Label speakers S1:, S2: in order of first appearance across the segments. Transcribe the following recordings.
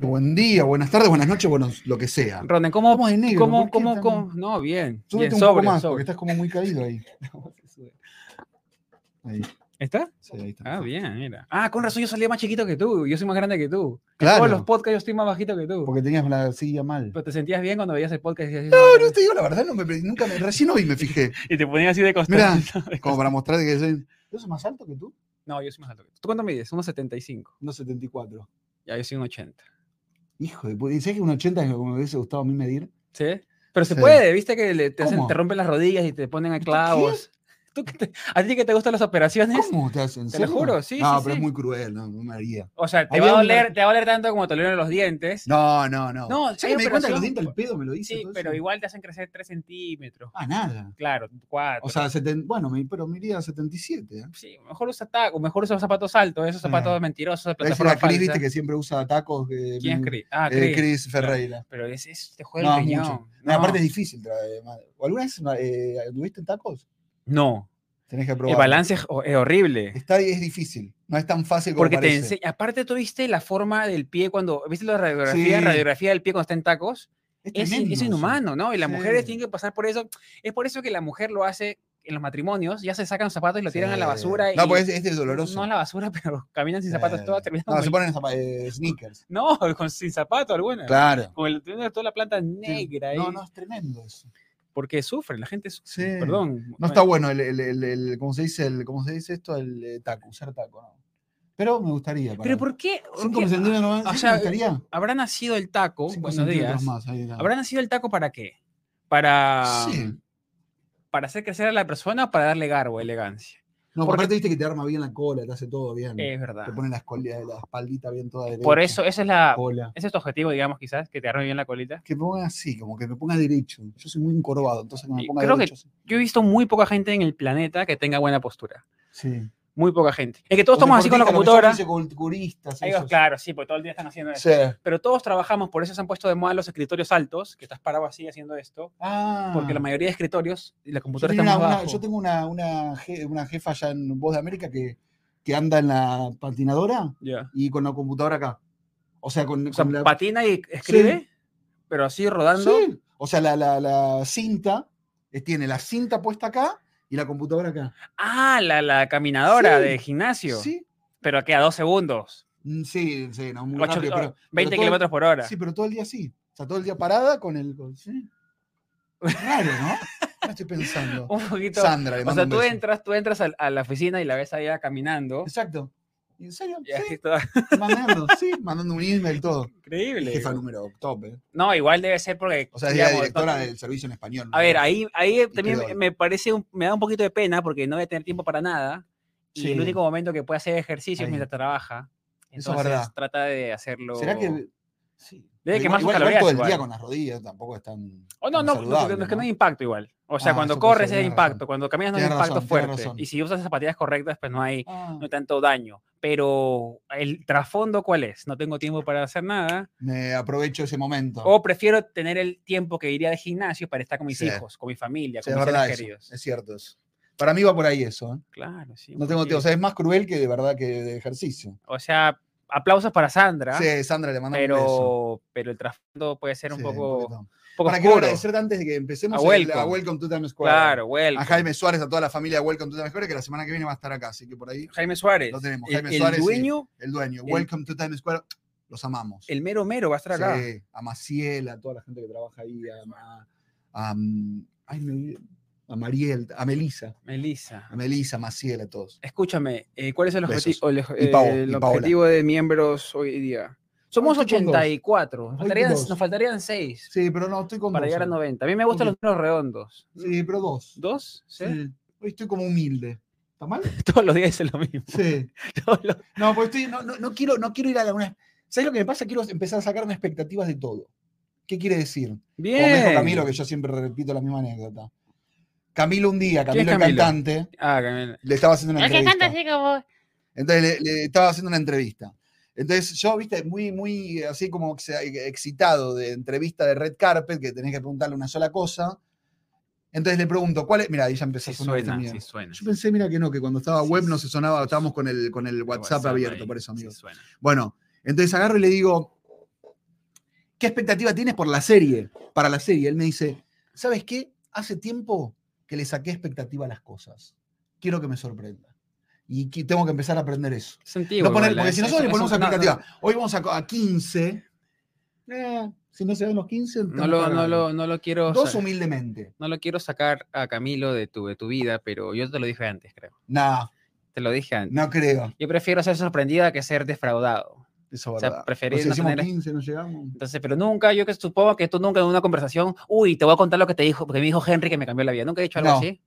S1: Buen día, buenas tardes, buenas noches, bueno, lo que sea.
S2: Ronen, ¿cómo,
S1: ¿Cómo es negro?
S2: cómo,
S1: ¿Por qué
S2: cómo,
S1: tan-
S2: cómo- No, bien.
S1: Súbete
S2: bien,
S1: un
S2: sobre,
S1: poco más, porque
S2: sobre.
S1: estás como muy caído ahí. Ahí,
S2: ¿Está?
S1: sí, ahí está.
S2: Ah, bien, mira. Ah, con razón yo salía más chiquito que tú. Yo soy más grande que tú. En
S1: Claro.
S2: todos los podcasts yo estoy más bajito que tú.
S1: Porque tenías la silla mal.
S2: Pero te sentías bien cuando veías el podcast y decías,
S1: No, no te digo la verdad, no me, nunca me, recién hoy me fijé.
S2: Y te ponías así de costado.
S1: Mira, como para mostrarte que soy. ¿Yo soy más alto que tú?
S2: No, yo soy más alto que tú. ¿Tú cuánto mides? 1,75.
S1: 1,74.
S2: Ya, yo soy un 80.
S1: Hijo de puta. ¿Y sabes que un 80 es lo que me hubiese gustado a mí medir?
S2: ¿Sí? Pero se
S1: Sí.
S2: puede, viste que le- te, hacen-
S1: ¿Cómo?
S2: te rompen las rodillas y te ponen a clavos. ¿Tú que te- ¿A ti que te gustan las operaciones?
S1: ¿Cómo te hacen?
S2: Te lo juro, sí,
S1: No,
S2: sí,
S1: pero
S2: sí.
S1: es muy cruel, no, no me haría.
S2: O sea, te
S1: Había
S2: va, a
S1: un-
S2: doler, te va a doler tanto como te dolieron los dientes.
S1: No, no, no.
S2: No,
S1: ¿Sabes
S2: hay
S1: que me di cuenta que los
S2: operación-
S1: dientes al pedo me lo hice?
S2: sí,
S1: todo
S2: pero
S1: eso?
S2: igual te hacen crecer 3 centímetros.
S1: Ah, nada.
S2: Claro, 4.
S1: O sea, seten- bueno, me, pero me iría a 77. ¿eh?
S2: sí, mejor usa tacos, mejor usa zapatos altos, esos zapatos
S1: Ah.
S2: mentirosos
S1: Ese
S2: de
S1: era
S2: plataforma
S1: Chris,
S2: falsa.
S1: viste, que siempre usa tacos. eh,
S2: ¿Quién es
S1: mm,
S2: Chris? Ah,
S1: eh,
S2: Chris.
S1: Chris
S2: claro.
S1: Ferreira.
S2: Pero ese es, te juega
S1: No,
S2: el
S1: es mucho.
S2: riñón.
S1: No, Aparte es difícil. traer, ma- ¿O ¿Alguna vez eh, anduviste en tacos?
S2: No,
S1: Tenés que probar.
S2: el balance es, ho- es horrible.
S1: Está es difícil. No es tan fácil como
S2: Porque te
S1: parece.
S2: enseña, aparte tú viste la forma del pie cuando, viste la radiografía,
S1: Sí.
S2: radiografía del pie cuando está en tacos,
S1: Es,
S2: es, in-
S1: tremendo
S2: es
S1: eso.
S2: inhumano, ¿no? Y las mujeres
S1: Sí.
S2: tienen que pasar por eso, es por eso que la mujer lo hace en los matrimonios, ya se sacan zapatos y lo tiran a la
S1: Sí.
S2: basura.
S1: No,
S2: y-
S1: pues es, es doloroso.
S2: No a la basura, pero caminan sin zapatos,
S1: Sí.
S2: todas terminan
S1: No,
S2: con
S1: se
S2: el-
S1: ponen zapa- eh, sneakers.
S2: No, con, sin zapato alguna.
S1: Claro.
S2: Con el, tiene toda la planta negra ahí.
S1: No, no, es tremendo eso.
S2: Porque sufren, la gente sufre.
S1: Sí.
S2: Perdón.
S1: No está bueno el, el, el, el- ¿cómo se dice? El, ¿Cómo se dice esto? El eh, taco, usar taco, no. Pero me gustaría. para-
S2: Pero ¿por qué? por
S1: Cinco
S2: qué
S1: centímetros no,
S2: o
S1: sí,
S2: sea,
S1: me gustaría.
S2: Ah, ¿Habrá nacido el taco?
S1: Cinco
S2: Buenos
S1: centímetros
S2: días.
S1: más. ahí está.
S2: ¿Habrá nacido el taco para qué? Para,
S1: Sí.
S2: para hacer crecer a la persona o para darle garbo, elegancia.
S1: No,
S2: porque-
S1: aparte viste que te arma bien la cola, te hace todo bien.
S2: Es verdad.
S1: Te ponen la, escoli- la espaldita bien toda derecha.
S2: Eh, Por eso, ah. esa es la,
S1: Cola.
S2: ese es tu objetivo, digamos, quizás, que te arme bien la colita.
S1: Que me ponga así, como que me ponga derecho. Yo soy muy encorvado, entonces que me
S2: Y
S1: ponga
S2: creo que-
S1: derecho. así.
S2: Yo he visto muy poca gente en el planeta que tenga buena postura.
S1: Sí.
S2: Muy poca gente. Es que todos estamos así con la computadora. Ellos, claro, sí, porque todo el día están haciendo eso. Pero todos trabajamos, por eso se han puesto de moda los escritorios altos, que estás parado así haciendo esto, porque la mayoría de escritorios, la
S1: yo,
S2: Ah. computadora
S1: tenía una,
S2: está más
S1: Ah. una-
S2: abajo.
S1: yo tengo una, una, je- una jefa allá en Voz de América que, que anda en la patinadora
S2: Ya.
S1: y con la computadora acá. O sea, con,
S2: O sea,
S1: con la.
S2: patina y escribe, pero así rodando.
S1: Sí. O sea, la, la, la cinta eh, tiene la cinta puesta acá y la computadora acá.
S2: Ah, la, la caminadora
S1: Sí.
S2: de gimnasio.
S1: Sí.
S2: Pero que a dos segundos.
S1: Mm, Sí, sí, no, muy
S2: Ocho-
S1: rápido,
S2: o-
S1: pero,
S2: 20
S1: pero todo el-
S2: kilómetros por hora.
S1: Sí, pero todo el día sí. O sea, todo el día parada con el. con- sí. Raro, ¿no? Ahora estoy pensando.
S2: Un poquito.
S1: Sandra, le
S2: o
S1: mando
S2: sea,
S1: un
S2: tú
S1: beso.
S2: entras, tú entras al- a, la oficina y la ves allá caminando.
S1: Exacto. ¿En serio?
S2: y así
S1: Sí,
S2: toda-
S1: mandando, sí, mandando un email todo.
S2: Increíble.
S1: Jefa número top, ¿eh?
S2: No, igual debe ser porque.
S1: O sea, es la
S2: digamos,
S1: directora del servicio en español.
S2: A ver, ahí, ahí
S1: te doy.
S2: también me parece, un- me da un poquito de pena porque no voy a tener tiempo para nada. Y
S1: Sí.
S2: el único momento que puede hacer ejercicio es
S1: Ahí.
S2: mientras trabaja.
S1: Eso es
S2: Entonces
S1: verdad.
S2: trata de hacerlo.
S1: ¿Será que.? Sí.
S2: Debe
S1: Pero
S2: quemar sus
S1: igual, igual
S2: calorías
S1: todo el día
S2: igual.
S1: con las rodillas tampoco están.
S2: O no, no, no, no, es que no hay impacto igual. O sea,
S1: Ah,
S2: cuando
S1: eso puede
S2: corres
S1: ser,
S2: es
S1: tienes razón.
S2: impacto, cuando caminas no hay
S1: Tienes
S2: impacto
S1: razón, tienes
S2: fuerte.
S1: razón.
S2: Y si usas las zapatillas correctas, pues no hay,
S1: Ah,
S2: no hay tanto daño. Pero el trasfondo, ¿cuál es? No tengo tiempo para hacer nada.
S1: me aprovecho ese momento.
S2: O prefiero tener el tiempo que iría al gimnasio para estar con mis
S1: Sí.
S2: hijos, con mi familia,
S1: Sí,
S2: con
S1: es
S2: mis
S1: verdad,
S2: seres
S1: eso,
S2: queridos.
S1: es cierto eso. Para mí va por ahí eso. ¿eh?
S2: Claro, sí. un
S1: No tengo tiempo. O
S2: poquito.
S1: sea, es más cruel que de verdad que de ejercicio.
S2: O sea, aplausos para Sandra,
S1: Sí, Sandra, le mandamos un beso.
S2: pero, pero el trasfondo puede ser un
S1: Sí,
S2: poco, un
S1: poquito.
S2: poco
S1: Para que quiero
S2: oscuro.
S1: agradecer antes de que empecemos
S2: A
S1: el-
S2: Welcome.
S1: a Welcome to Times Square.
S2: Claro,
S1: A
S2: welcome.
S1: Jaime Suárez, a toda la familia de Welcome to Times Square, que la semana que viene va a estar acá, así que por ahí
S2: Jaime Suárez.
S1: lo tenemos.
S2: el-
S1: Jaime
S2: el
S1: Suárez, sí.
S2: dueño,
S1: el dueño.
S2: El-
S1: Welcome to Times Square, los amamos.
S2: el mero mero va a estar acá.
S1: Sí, a Maciel, a toda la gente que trabaja ahí, a, a- a- ay, me olvidé, a Mariel, a Melisa,
S2: Melissa.
S1: a Melisa, a Maciel, a todos.
S2: Escúchame, eh, ¿cuál es el, objeti-
S1: Besos.
S2: o el-
S1: Y Pao-
S2: eh, el
S1: y Paola.
S2: objetivo de miembros hoy día? Somos
S1: estoy con dos.
S2: 84,
S1: Voy
S2: nos
S1: con
S2: faltarían,
S1: dos.
S2: nos faltarían 6
S1: Sí, pero no, estoy con
S2: para
S1: dos
S2: llegar a
S1: hoy.
S2: 90. A mí me gustan
S1: Ok.
S2: los números redondos.
S1: Sí, pero dos.
S2: ¿Dos? eh? ¿Sí?
S1: Sí. Hoy estoy como humilde. ¿Está mal?
S2: Todos los días es lo mismo.
S1: Sí.
S2: Todos los-
S1: No, pues estoy, no, no, no quiero, no quiero ir a la... Una, ¿Sabes lo que me pasa? Quiero empezar a sacarme expectativas de todo. ¿Qué quiere decir? Como me dijo
S2: Bien.
S1: Camilo, que yo siempre repito la misma anécdota. Camilo un día, Camilo,
S2: es
S1: el
S2: Camilo?
S1: cantante,
S2: Ah, Camilo.
S1: le estaba haciendo una
S3: Es que canta
S1: entrevista.
S3: así como.
S1: Entonces le, le estaba haciendo una entrevista. Entonces yo, viste, muy, muy eh, así como que se- eh, excitado de entrevista de Red Carpet, que tenés que preguntarle una sola cosa. Entonces le pregunto, ¿cuál es? Mira, ahí ya empezó
S2: Sí
S1: a sonar. este
S2: suena,
S1: miedo.
S2: sí suena.
S1: Yo pensé, mira que no, que cuando estaba
S2: Sí,
S1: web
S2: sí,
S1: no se sonaba,
S2: sí,
S1: estábamos
S2: sí.
S1: con el, con el WhatsApp, abierto,
S2: ahí.
S1: por eso,
S2: Sí
S1: amigos.
S2: suena.
S1: Bueno, entonces agarro y le digo, ¿qué expectativa tienes por la serie? Para la serie. Él me dice, ¿sabes qué? Hace tiempo que le saqué expectativa a las cosas. Quiero que me sorprenda. Y que- tengo que empezar a aprender eso.
S2: Es antiguo,
S1: No poner-
S2: igual,
S1: porque
S2: ¿eh?
S1: si
S2: Es-
S1: nosotros
S2: es
S1: le ponemos
S2: un- no, no,
S1: expectativa, hoy vamos a, a 15, eh, si no se dan los 15,
S2: No,
S1: estamos
S2: lo, no,
S1: cagados.
S2: lo, no lo quiero.
S1: Dos
S2: sa-
S1: humildemente.
S2: No lo quiero sacar a Camilo de tu, de tu vida, pero yo te lo dije antes, creo.
S1: Nah,
S2: Te lo dije antes.
S1: no creo.
S2: Yo prefiero ser sorprendida que ser defraudado.
S1: Eso
S2: O
S1: es
S2: sea,
S1: verdad.
S2: preferir
S1: O sea,
S2: no
S1: hicimos
S2: tener-
S1: 15, no llegamos.
S2: Entonces, pero nunca, yo que supongo que tú nunca en una conversación, uy, te voy a contar lo que te dijo, porque me dijo Henry que me cambió la vida. Nunca he dicho algo
S1: No.
S2: así.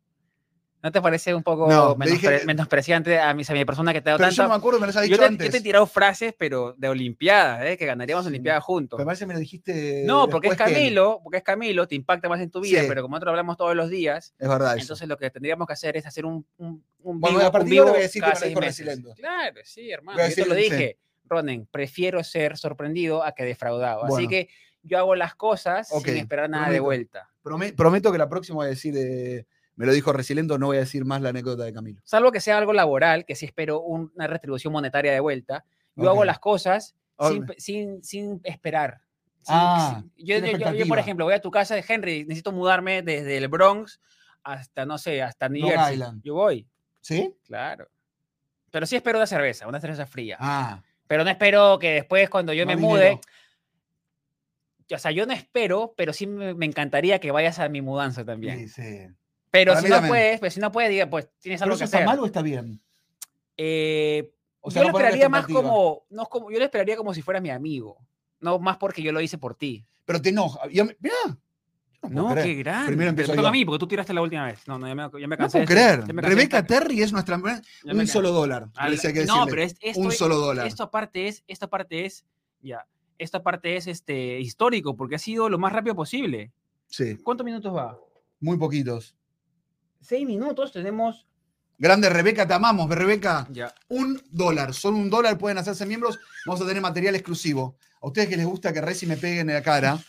S2: ¿No te parece un poco
S1: No, le
S2: menospre-
S1: dije-
S2: menospreciante a mi, a mi persona que te ha dado
S1: Pero yo no me
S2: tanta-
S1: acuerdo, me lo has
S2: yo,
S1: dicho
S2: te,
S1: antes.
S2: yo te he tirado frases, pero de Olimpiadas, ¿eh? que ganaríamos
S1: Sí.
S2: Olimpiadas juntos.
S1: Me parece que me lo dijiste.
S2: No, porque es
S1: Eh, después que él.
S2: Camilo, porque es Camilo, te impacta más en tu vida,
S1: Sí.
S2: pero como nosotros hablamos todos los días,
S1: Es verdad. eso.
S2: entonces lo que tendríamos que hacer es hacer un, un, un
S1: Bueno,
S2: vivo-
S1: a partir
S2: un
S1: de ahora
S2: vivo
S1: voy a decir que me
S2: cada
S1: lo
S2: seis
S1: dijo
S2: meses.
S1: Resilendo.
S2: Claro, sí, hermano,
S1: Voy a
S2: yo te
S1: decir
S2: lo
S1: que sí.
S2: dije. Ronen, prefiero ser sorprendido a que defraudado. Así
S1: Bueno.
S2: que yo hago las cosas
S1: Ok,
S2: sin esperar nada de
S1: prometo.
S2: vuelta.
S1: Prome- prometo que la próxima voy a decir. eh, me lo dijo Resilendo, no voy a decir más la anécdota de Camilo.
S2: Salvo que sea algo laboral, que sí espero un- una retribución monetaria de vuelta, yo hago
S1: Ok.
S2: las cosas sin,
S1: Ok.
S2: pe- sin, sin esperar. sin-
S1: Ah,
S2: sin- yo,
S1: sin
S2: yo- yo- yo, por
S1: expectativa.
S2: ejemplo, voy a tu casa de Henry, necesito mudarme desde el Bronx hasta, no sé, hasta New
S1: Long
S2: Jersey.
S1: Island.
S2: Yo voy,
S1: ¿Sí?
S2: claro. Pero sí espero una cerveza, una cerveza fría.
S1: Ah.
S2: Pero no espero que después, cuando yo
S1: más
S2: me mude,
S1: dinero.
S2: o sea, yo no espero, pero sí me, me encantaría que vayas a mi mudanza también.
S1: Sí, sí.
S2: Pero
S1: Para
S2: si
S1: mí
S2: no
S1: también.
S2: puedes, pero si no puedes, diga, pues tienes
S1: ¿Pero
S2: algo que
S1: eso está
S2: hacer.
S1: mal o está bien?
S2: Eh,
S1: O sea,
S2: yo
S1: no
S2: lo
S1: ponerle
S2: esperaría más
S1: expectativa.
S2: como, no es como, yo lo esperaría como si fuera mi amigo, no más porque yo lo hice por ti.
S1: Pero te enoja. Yo me- mirá. Yo no,
S2: No,
S1: puedo
S2: qué
S1: creer.
S2: grande.
S1: Primero
S2: Pero
S1: empiezo
S2: me toca
S1: yo.
S2: a mí porque tú tiraste la última vez. No, no, ya me, ya me
S1: No
S2: cansé.
S1: puedo
S2: de este-
S1: creer.
S2: ya me cansé de
S1: Rebeca
S2: esta-
S1: Terry es nuestra. eh,
S2: ya me
S1: un
S2: cansé.
S1: solo dólar.
S2: Ah,
S1: parece que
S2: no,
S1: decirle.
S2: pero es, esto,
S1: un solo dólar.
S2: Esta parte es, esta parte es, ya, esta parte es este, histórico porque ha sido lo más rápido posible.
S1: Sí,
S2: ¿Cuántos minutos va?
S1: muy poquitos.
S2: Seis minutos tenemos.
S1: Grande Rebeca, te amamos, Rebeca.
S2: Ya.
S1: un dólar. Solo un dólar pueden hacerse miembros. Vamos a tener material exclusivo. A ustedes que les gusta que Reci me peguen en la cara,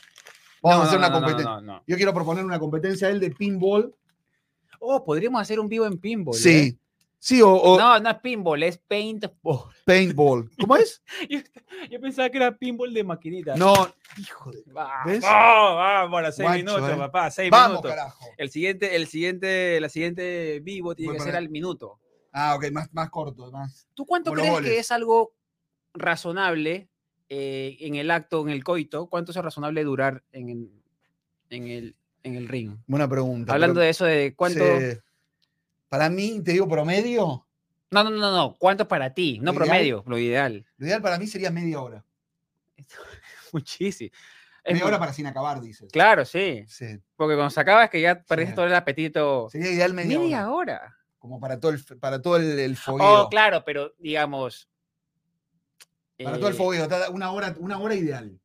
S1: vamos a hacer una competencia. Yo quiero proponer una competencia a él de pinball.
S2: Oh, podríamos hacer un vivo en pinball. ¿eh?
S1: Sí. Oh. Sí, o, o
S2: No, no es pinball, es paintball.
S1: paintball. ¿Cómo es?
S2: Yo, yo pensaba que era pinball de maquinita.
S1: No, hijo de.
S2: Va-
S1: ¿ves?
S2: Vamos, vamos, ahora seis
S1: Guacho,
S2: minutos,
S1: ¿eh?
S2: papá, seis
S1: Vamos,
S2: minutos.
S1: carajo.
S2: El siguiente, el siguiente, la siguiente vivo tiene
S1: Voy
S2: que
S1: para
S2: ser
S1: ahí.
S2: al minuto.
S1: Ah, ok, más, más corto. Más.
S2: ¿Tú cuánto
S1: Como los
S2: crees que
S1: goles.
S2: es algo razonable eh, en el acto, en el coito? ¿Cuánto es razonable durar en, el- en, el, en el ring?
S1: Buena pregunta.
S2: Hablando
S1: pero-
S2: de eso, de cuánto.
S1: Sí. Para mí, te digo promedio,
S2: No, no, no, no. ¿Cuánto para ti?
S1: ¿Lo
S2: No
S1: ideal?
S2: promedio, lo ideal.
S1: lo ideal para mí sería media hora.
S2: Muchísimo. Es
S1: Media
S2: mu-
S1: hora para sin acabar, dices.
S2: Claro, sí.
S1: Sí.
S2: Porque cuando se acaba es que ya perdiste
S1: Sí.
S2: todo el apetito.
S1: Sería ideal media,
S2: Media,
S1: hora.
S2: hora.
S1: Como para todo el, para todo el, el fogueo.
S2: Oh, claro, pero digamos.
S1: Para todo el
S2: eh,
S1: fogueo, ta- una hora, una hora ideal.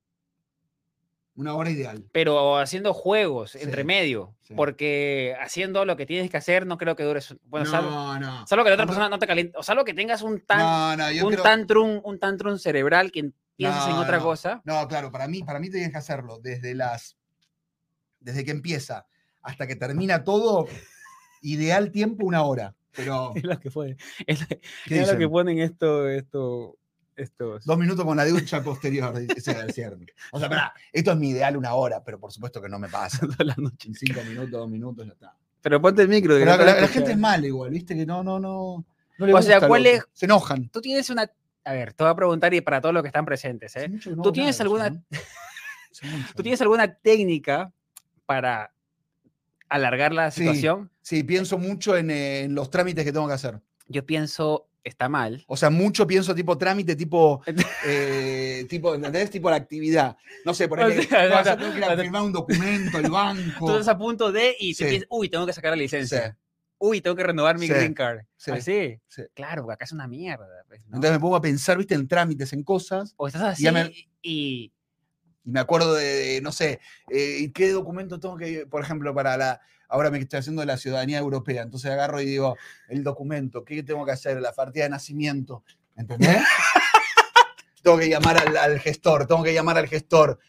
S1: Una hora ideal.
S2: Pero haciendo juegos entre
S1: Sí,
S2: medio.
S1: sí.
S2: Porque haciendo lo que tienes que hacer no creo que dure. su- Bueno, salvo,
S1: no, no.
S2: salvo que la
S1: Cuando-
S2: otra persona no te caliente. O salvo que tengas un, tan,
S1: no, no, yo
S2: un
S1: creo-
S2: tantrum, un tantrum cerebral que piensas en
S1: No,
S2: otra
S1: no.
S2: cosa.
S1: No, claro, para mí, para mí tienes que hacerlo desde las. Desde que empieza hasta que termina todo, ideal tiempo una hora. Pero.
S2: Es lo que fue. Es lo,
S1: ¿qué
S2: es lo que
S1: dicen?
S2: ponen esto, esto, estos.
S1: Dos minutos con la ducha posterior. dice- Eso era el cierre. O sea, pará, esto es mi ideal una hora, pero por supuesto que no me pasa.
S2: toda la noche.
S1: En cinco minutos, dos minutos, ya está.
S2: Pero ponte el micro. que
S1: Pero la,
S2: no te
S1: la-
S2: van a
S1: la gente es
S2: escuchar.
S1: mala igual, ¿viste? Que no, no, no. no le
S2: O sea,
S1: gusta lo
S2: ¿cuál
S1: otro.
S2: es-
S1: Se enojan.
S2: Tú tienes una. A ver, te voy a preguntar y para todos los que están presentes, ¿eh?
S1: Hace mucho que no
S2: ¿Tú
S1: hago
S2: tienes
S1: nada de eso,
S2: alguna-
S1: ¿no? Hace mucho.
S2: ¿Tú tienes alguna técnica para alargar la
S1: Sí.
S2: situación?
S1: Sí, pienso mucho en, eh, en los trámites que tengo que hacer.
S2: Yo pienso, está mal.
S1: O sea, mucho pienso tipo trámite, tipo, eh, tipo, ¿entendés? Tipo la actividad. No sé, por
S2: O
S1: ejemplo,
S2: sea, no,
S1: tengo que ir a
S2: no, no.
S1: firmar un documento al
S2: Tú
S1: banco.
S2: estás a punto de y te
S1: Sí.
S2: piensas, uy, tengo que sacar la
S1: Sí,
S2: licencia. Uy, tengo que renovar mi
S1: Sí,
S2: green card.
S1: sí,
S2: Así.
S1: sí.
S2: Claro, porque acá es una mierda. pues, ¿no?
S1: Entonces me pongo a pensar, viste, en trámites, en cosas,
S2: o estás así
S1: ya me-
S2: y.
S1: y me acuerdo de, de, no sé, eh, qué documento tengo que, por ejemplo, para la, ahora me estoy haciendo la ciudadanía europea, entonces agarro y digo, el documento, ¿qué tengo que hacer? La partida de nacimiento, ¿entendés? tengo que llamar al, al gestor, tengo que llamar al gestor,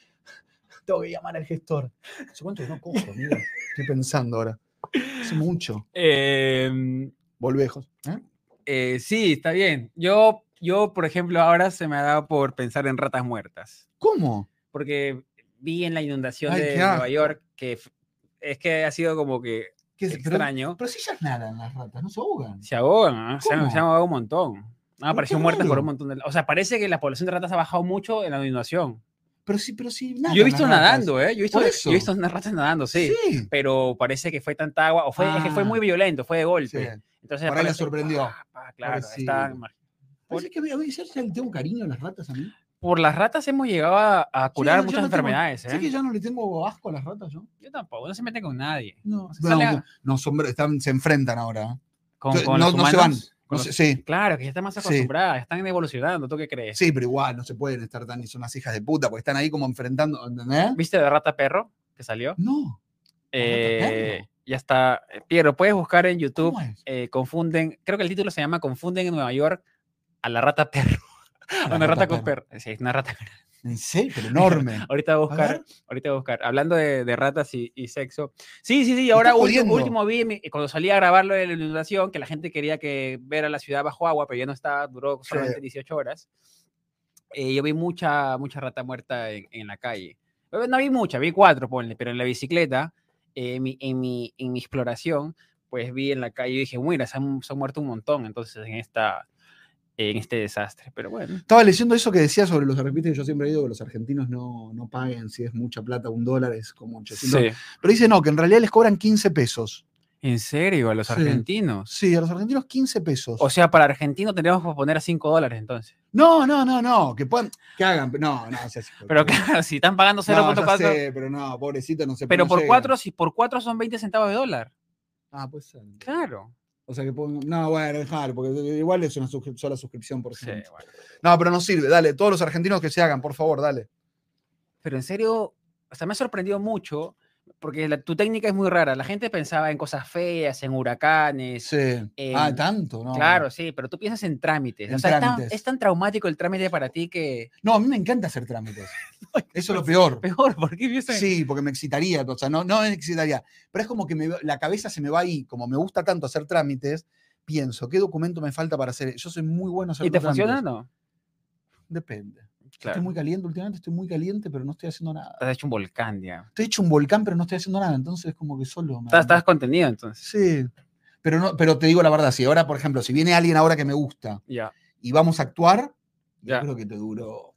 S1: tengo que llamar al gestor. ¿Hace cuánto que no cojo, mira? Estoy pensando ahora. Es mucho.
S2: Eh,
S1: Volvejos. ¿eh?
S2: eh, sí, está bien. Yo, yo, por ejemplo, ahora se me ha dado por pensar en ratas muertas.
S1: ¿Cómo?
S2: Porque vi en la inundación
S1: Ay,
S2: de
S1: qué
S2: Nueva
S1: asco.
S2: York que f- es que ha sido como que
S1: ¿Qué es- pero-
S2: extraño.
S1: Pero, si ellas nadan las ratas, no se ahogan.
S2: Se ahogan, ¿ah? se, han,
S1: ¿Cómo?
S2: se han ahogado un montón. Han aparecido
S1: qué
S2: muertas por
S1: raro.
S2: un montón de... O sea, parece que la población de ratas ha bajado mucho en la inundación.
S1: Pero sí, pero sí nadan
S2: yo he visto
S1: las ratas.
S2: nadando, ¿eh? Yo he visto,
S1: Por
S2: yo
S1: eso.
S2: he visto unas ratas nadando, sí.
S1: Sí.
S2: Pero parece que fue tanta agua, o fue, es que fue
S1: Ah.
S2: muy violento, fue de
S1: sí.
S2: golpe. Entonces,
S1: Por ahí la
S2: parece-
S1: sorprendió.
S2: Pa, pa, claro,
S1: Pobrecito.
S2: estaban mar-
S1: Parece que a mí ya le tengo cariño a las ratas a mí.
S2: Por las ratas hemos llegado a, a curar
S1: yo- yo
S2: muchas
S1: no tengo-
S2: enfermedades, ¿eh?
S1: ¿Sabes que ya no le tengo asco a las ratas yo?
S2: Yo tampoco, no se meten con nadie.
S1: No,
S2: sea, sale
S1: no,
S2: a-
S1: no, son- están, se enfrentan ahora.
S2: Con,
S1: Entonces,
S2: con
S1: no-
S2: los
S1: no se
S2: humanos,
S1: ¿eh?
S2: con
S1: No
S2: los-
S1: sé- sí,
S2: Claro, que ya están más
S1: Sí.
S2: acostumbradas, están evolucionando, ¿tú qué crees?
S1: sí, pero igual no se pueden estar tan, son unas hijas de puta, porque están ahí como enfrentando, ¿entendés?
S2: ¿Viste de rata perro que salió?
S1: No,
S2: Eh,
S1: perro.
S2: ya está. eh, Piero, puedes buscar en YouTube.
S1: ¿cómo es?
S2: eh, confunden, creo que el título se llama Confunden en Nueva York a la rata perro. A
S1: La
S2: una rata,
S1: rata
S2: con perro. Sí, es una rata.
S1: En serio, pero enorme.
S2: Ahorita voy a buscar,
S1: ver.
S2: ahorita voy a buscar. Hablando de, de ratas y, y sexo. Sí, sí, sí. Ahora
S1: estás
S2: último,
S1: jodiendo.
S2: último vi mi- cuando salí a grabarlo de la inundación que la gente quería que ver a la ciudad bajo agua, pero ya no estaba, duró solamente 18 horas. Eh, yo vi mucha, mucha rata muerta en, en la calle. Bueno, No vi mucha, vi cuatro, ponle, pero en la bicicleta, eh, en, mi, en, mi, en mi exploración, pues vi en la calle y dije, mira, se han, se han muerto un montón, entonces en esta en este desastre, pero bueno.
S1: Estaba leyendo eso que decía sobre los arbitrios. Yo siempre digo que los argentinos no, no paguen si es mucha plata, un dólar es como 800. Pero dice no, que en realidad les cobran 15 pesos.
S2: En serio, a los
S1: Sí.
S2: argentinos.
S1: Sí, a los argentinos 15 pesos.
S2: O sea, para argentino tendríamos que poner a 5 dólares entonces.
S1: no, no, no, no, que puedan, que hagan. No, no, seas hijo de
S2: Pero
S1: puta.
S2: claro, si están pagando
S1: No,
S2: 0.4,
S1: ya sé, pero no, pobrecito, no se
S2: pero
S1: no
S2: por
S1: llegan.
S2: 4, si por 4 son 20 centavos de dólar.
S1: Ah, pues. eh,
S2: Claro.
S1: O sea que pongo- No, bueno, dejar, porque igual es una suscri- sola suscripción por
S2: Sí,
S1: ciento.
S2: bueno.
S1: No, pero no sirve, dale, todos los argentinos que se hagan, por favor, dale.
S2: Pero en serio, hasta me ha sorprendido mucho porque la- tu técnica es muy rara. La gente pensaba en cosas feas, en huracanes.
S1: Sí. ah,
S2: en-
S1: tanto, ¿no?
S2: Eh, Claro, sí, pero tú piensas en trámites. o
S1: En
S2: sea, es tan- Es, tan,
S1: trámites.
S2: traumático el trámite para ti que.
S1: No, a mí me encanta hacer trámites. Eso es lo peor.
S2: Peor, ¿por qué piensas en-
S1: Sí, porque me excitaría, o sea, no, no me excitaría. Pero es como que me- la cabeza se me va ahí, como me gusta tanto hacer trámites, pienso, ¿qué documento me falta para hacer? Yo soy muy bueno haciendo
S2: ¿Y te
S1: trámites.
S2: funciona o no?
S1: Depende.
S2: Claro.
S1: Estoy muy caliente, últimamente estoy muy caliente, pero no estoy haciendo nada.
S2: Te has hecho un volcán ya.
S1: Estoy hecho un volcán, pero no estoy haciendo nada, entonces es como que solo me...
S2: Estás, estás contenido entonces.
S1: Sí. Pero, no, pero te digo la verdad, si ahora, por ejemplo, si viene alguien ahora que me gusta
S2: Ya,
S1: y vamos a actuar,
S2: ya.
S1: yo creo que te duró.